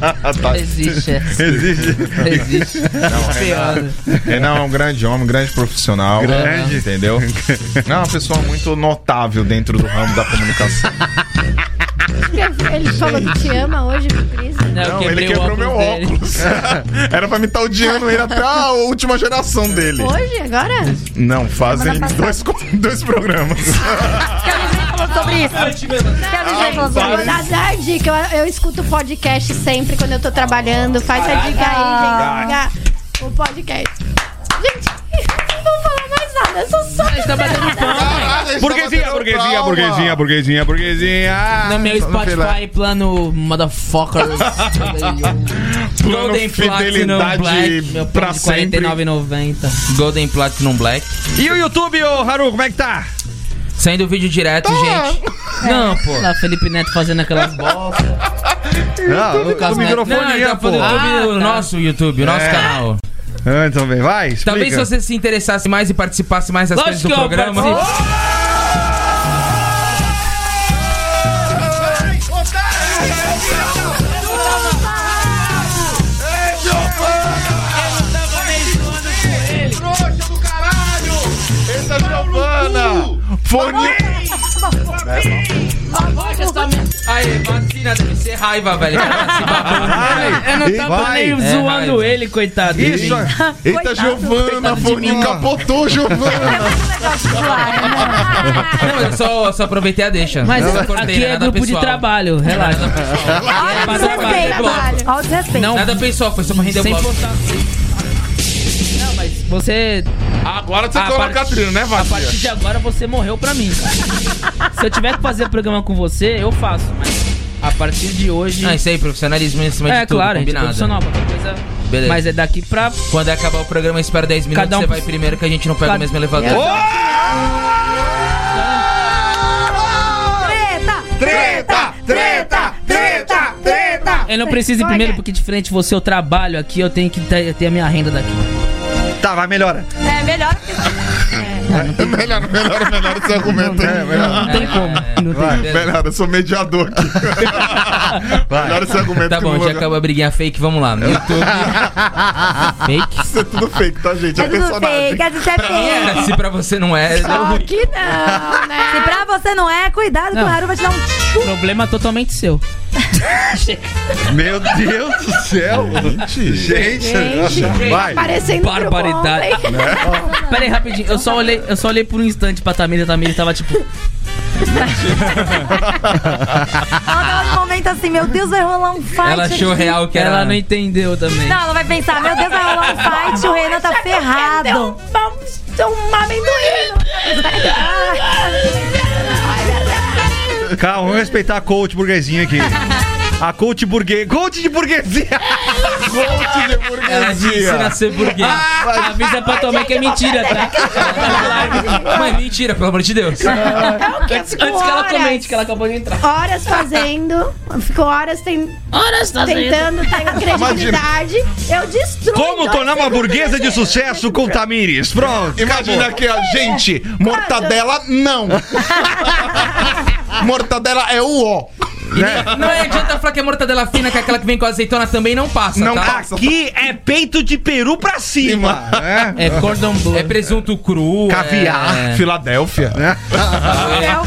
Ah, tadinha. Existe. essa. Existe. Existe. Piada. Renan é um grande homem, um grande profissional. Grande. Entendeu? Não, é uma pessoa muito notável dentro do ramo da comunicação. Ele falou que te ama hoje, Cris. Não, eu Não, ele quebrei É o quebrou meu dele. óculos. Era pra mim estar odiando ele até a última geração dele. Hoje? Agora? Não, fazem Semana dois, dois programas. Quer viver falando sobre isso? Quer viver falando sobre Vou isso? dar, dar a dica. Eu, eu escuto podcast sempre quando eu tô trabalhando. Faz essa dica aí, gente. Diga O podcast. Gente, não vou falar mais nada. Eu sou só. Tá batendo palma. Burguesinha, burguesinha, burguesinha, burguesinha, burguesinha. No meu Spotify, plano motherfuckers. Plano Golden Platinum Fidelidade Black. Meu pra plano de sempre. 49,90. Golden Platinum Black. E o YouTube, ô Haru, como é que tá? Saindo vídeo direto, gente. Não, pô. Lá, Felipe Neto fazendo aquelas bolas. Não, Não, ele tá fazendo YouTube, Ah, o nosso YouTube, o nosso É. canal. Ah, então vem, vai, explica. Talvez se você se interessasse mais e participasse mais das Lógico coisas que do eu programa. Fone. Aí, vacina, deve ser raiva, velho. Cara, se babando. Eu não tava vai. nem É, zoando vai. ele, coitado. de Isso, mim. Eita, Giovana, Fone capotou, Giovana. Não, mas eu só, só aproveitei a deixa. Mas Não cortei aqui é nada grupo pessoal. de trabalho, relaxa. É Olha o Mas desrespeito. Olha o desrespeito. Não, nada pessoal, foi só pra render o Sem bloco. postar. Não, mas você. Agora Ah, você A coloca partir- a trilha, né, A partir Vadia? de agora você morreu pra mim. cara. Se eu tiver que fazer programa com você, eu faço. Mas a partir de hoje. Ah, isso aí, profissionalismo em cima de é tudo, claro, a gente é combinado. profissional, qualquer coisa. Beleza. Mas é daqui pra. Quando acabar o programa, espera 10 minutos, Cada um você vai pros- primeiro que a gente não pega Cada- o mesmo elevador. Treta! Treta, treta, treta, treta. Eu não preciso ir Olha. primeiro, porque de frente você eu trabalho aqui, eu tenho que ter ter a minha renda daqui. Tá, vai, melhora. É melhor que. Melhor, melhor, melhor esse argumento É, aí. Não tem como. Não tem. beleza. Melhor, eu sou mediador aqui. Melhor esse argumento Tá que bom, o já Lula- acabou a briguinha fake, vamos lá. YouTube. fake? Isso é tudo fake, tá, gente? É tudo fake, é tudo fake. Se pra você não é. Só que não, Se né? pra você não é, cuidado que o Não. Haru vai te dar um chu. é. Problema totalmente seu. Meu Deus do céu. Gente, vai. Aparecendo no grupo Barbaridade. ontem. Pera aí, rapidinho. Eu só olhei, eu só olhei por um instante pra Tamir, a Tamir tava tipo. Ela dá um momento assim, meu Deus, vai rolar um fight. Ela achou aqui. real que era. Ela não entendeu também. Não, ela vai pensar, meu Deus, vai rolar um fight, o Renan tá ferrado. Deu um amendoim. Calma, vamos respeitar a coach burguesinha aqui. A coach burguês. Coach de burguesia. Monte de Ela te É, ensina a burguesia. ser burguês. Ah, Avisa pra tua mãe que é mentira, tá? Mas mentira, pelo amor de Deus. antes, antes que ela comente que ela acabou de entrar. Horas fazendo, ficou horas tem, Horas tá tentando ter credibilidade. Eu destruo. Como dois tornar uma segundos burguesa de sucesso com Tamires? Pronto. Imagina aqui, ó, gente, mortadela não. mortadela é o ó. Não adianta falar que é mortadela fina, que é aquela que vem com azeitona também não passa, Não tá? passa. Aqui é peito de peru pra cima. É. né? É cordon bleu. É presunto cru. Caviar, é- Filadélfia.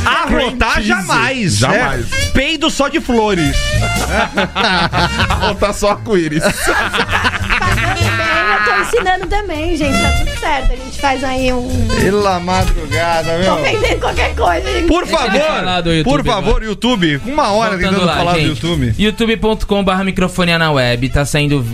Arrotar jamais. Jamais. né? Peido só de flores. Ah, tá só arco-íris. Fazendo bem, eu tô ensinando também, gente. Tá tudo certo. A gente faz aí um. Pela madrugada, Tô vendendo qualquer coisa, gente. Por Deixa ele falar do favor, YouTube por favor, YouTube. Uma hora Voltando tentando lá, falar gente. do YouTube. youtube.com.br microfonia na web. Tá saindo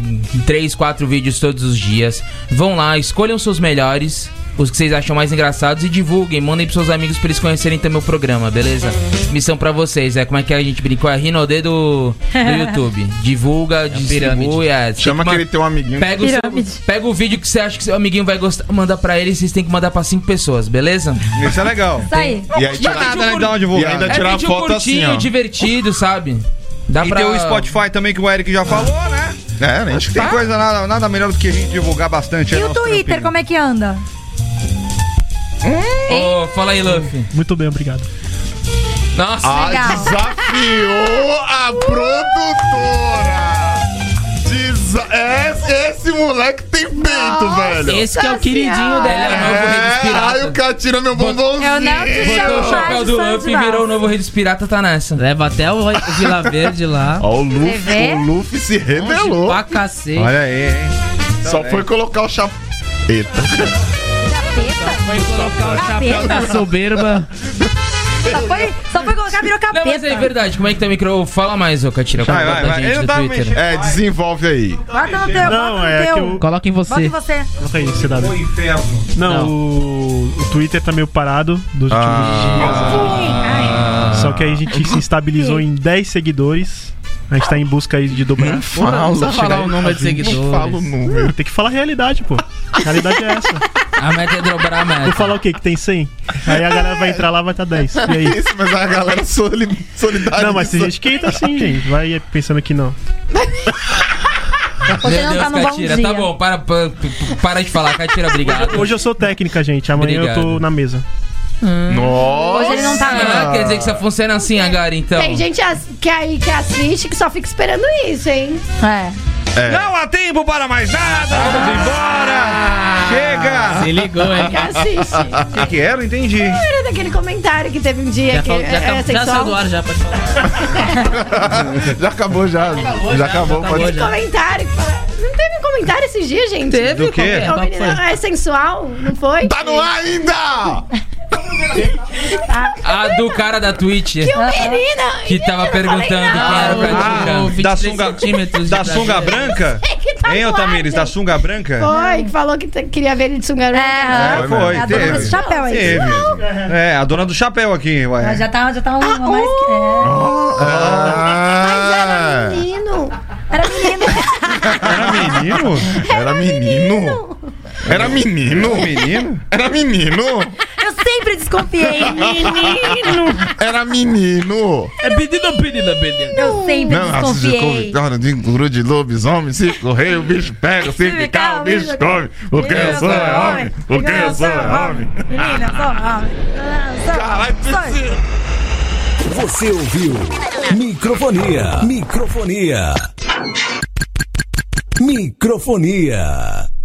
3, 4 vídeos todos os dias. Vão lá, escolham seus melhores, os que vocês acham mais engraçados e divulguem. Mandem pros seus amigos pra eles conhecerem também o programa, beleza? Missão pra vocês, é como é que a gente brincou? É Rinodê do, do YouTube. Divulga, distribui. É, você Chama tem que aquele teu amiguinho. Pega o, seu- Pirâmide. pega o vídeo que você acha que seu amiguinho vai gostar, manda pra ele, vocês têm que mandar pra cinco pessoas, beleza? Isso é legal. Isso aí. E aí, Não é tira- nada, né? Dá uma e divulgada. ainda tirar a vídeo foto assim, É um curtinho, ó. divertido, sabe? Dá E pra... tem o Spotify também que o Eric já falou, né? É, nem Acho que tem coisa nada, nada melhor do que a gente divulgar bastante. aí E o nosso Twitter, trampinho. como é que anda? Ô, fala aí, Luffy. Muito bem, obrigado. Nossa, Ah, Legal. desafiou a produtora. Exa é, esse moleque tem peito, velho. Esse que é o Nossa queridinho senhora. dela, é o novo Rei dos É, aí o Piratas. cara tira meu bombonzinho. Eu não te Botou o chamo mais chapéu de do fã Up de e virou o nada. novo Rei dos Pirata, tá nessa. Né? Leva até o Vila Verde lá. Ó, o Luffy, vê? o Luffy se rebelou. Pra cacete. Olha aí, hein? Então Só é. foi colocar o chapéu. Eita. Vai colocar o Capeta. chapéu da soberba. Só foi, só foi colocar, virou Não, mas é capeta. verdade. Como é que tá o micro? Fala mais, ô Catira. Vai, conta vai, pra vai. gente Ele do tá Twitter. mexendo. É, desenvolve aí. Bota no teu, Não, bota no é teu. que eu- Coloca em Bota em você. você. Coloca aí, cidade. inferno. Não, O, o Twitter tá meio parado dos últimos Ah. dias. Só que aí a gente se estabilizou em 10 seguidores. A gente tá em busca aí de dobrar. precisa Fala, falar chega o número de aí. Não seguidores. fala o número. Tem que falar a realidade, pô. A realidade é essa. A meta é dobrar a Vou meta. falar o quê? Que tem 100? Aí a galera vai entrar lá, vai tá 10. E aí? Isso, mas a galera soli solidária. Não, mas tem gente que entra assim, gente. Vai pensando que não. Você não tá no bom dia. Tá bom, para, pa- para de falar, Catira, obrigado. Hoje eu sou técnica, gente. Amanhã eu tô Obrigado. na mesa. Nossa. Hoje ele não tá bem. Ah, quer dizer que você funciona assim agora, então. Tem gente as- que aí que assiste que só fica esperando isso, hein? É. Não há tempo para mais nada, Ah. vamos embora! Chega! Se ligou, tá- hein? É, Que Ah. assiste. O que que era? Não Entendi. Ah, Era daquele comentário que teve um dia Já, que é, falou- já, era acabou- já sexual. saiu do ar, já Ah, pode falar. já acabou, já. Já acabou, acabou, pode. já. Comentário. que fala- Não teve um comentário esses dias, gente? Teve? Do quê? qualquer Ô, papo menina, foi. é sensual, não foi? Tá no ar ainda! A do cara da Twitch. Que o menina! Que eu tava não falei perguntando nada. quem era o Ah, Catira. da 23 sunga, centímetros de da sunga prazer. branca? Que tá Hein, no ar, Otamires? Da gente. sunga branca? Foi, que falou que t- queria ver ele de sunga. É, É, foi, é a dona teve. desse chapéu aí. Teve. É, a dona do chapéu aqui, ué. Mas já tá, já tá uma mais. é. Mas era Ah, menino. Era menino. Era menino? era menino? Ah. Era menino? Menino? Era menino? Eu sempre desconfiei. Era menino? É pedido, pedido, pedido. Eu sempre Não, se desconfiei. corre, de guru de lobisomem, se correr o bicho pega, se ficar o bicho come. O que eu sou é homem, o que eu sou é homem. Menina, eu sou homem. Caralho, Sou. Priscila. Você ouviu? Microfonia. Microfonia. Microfonia.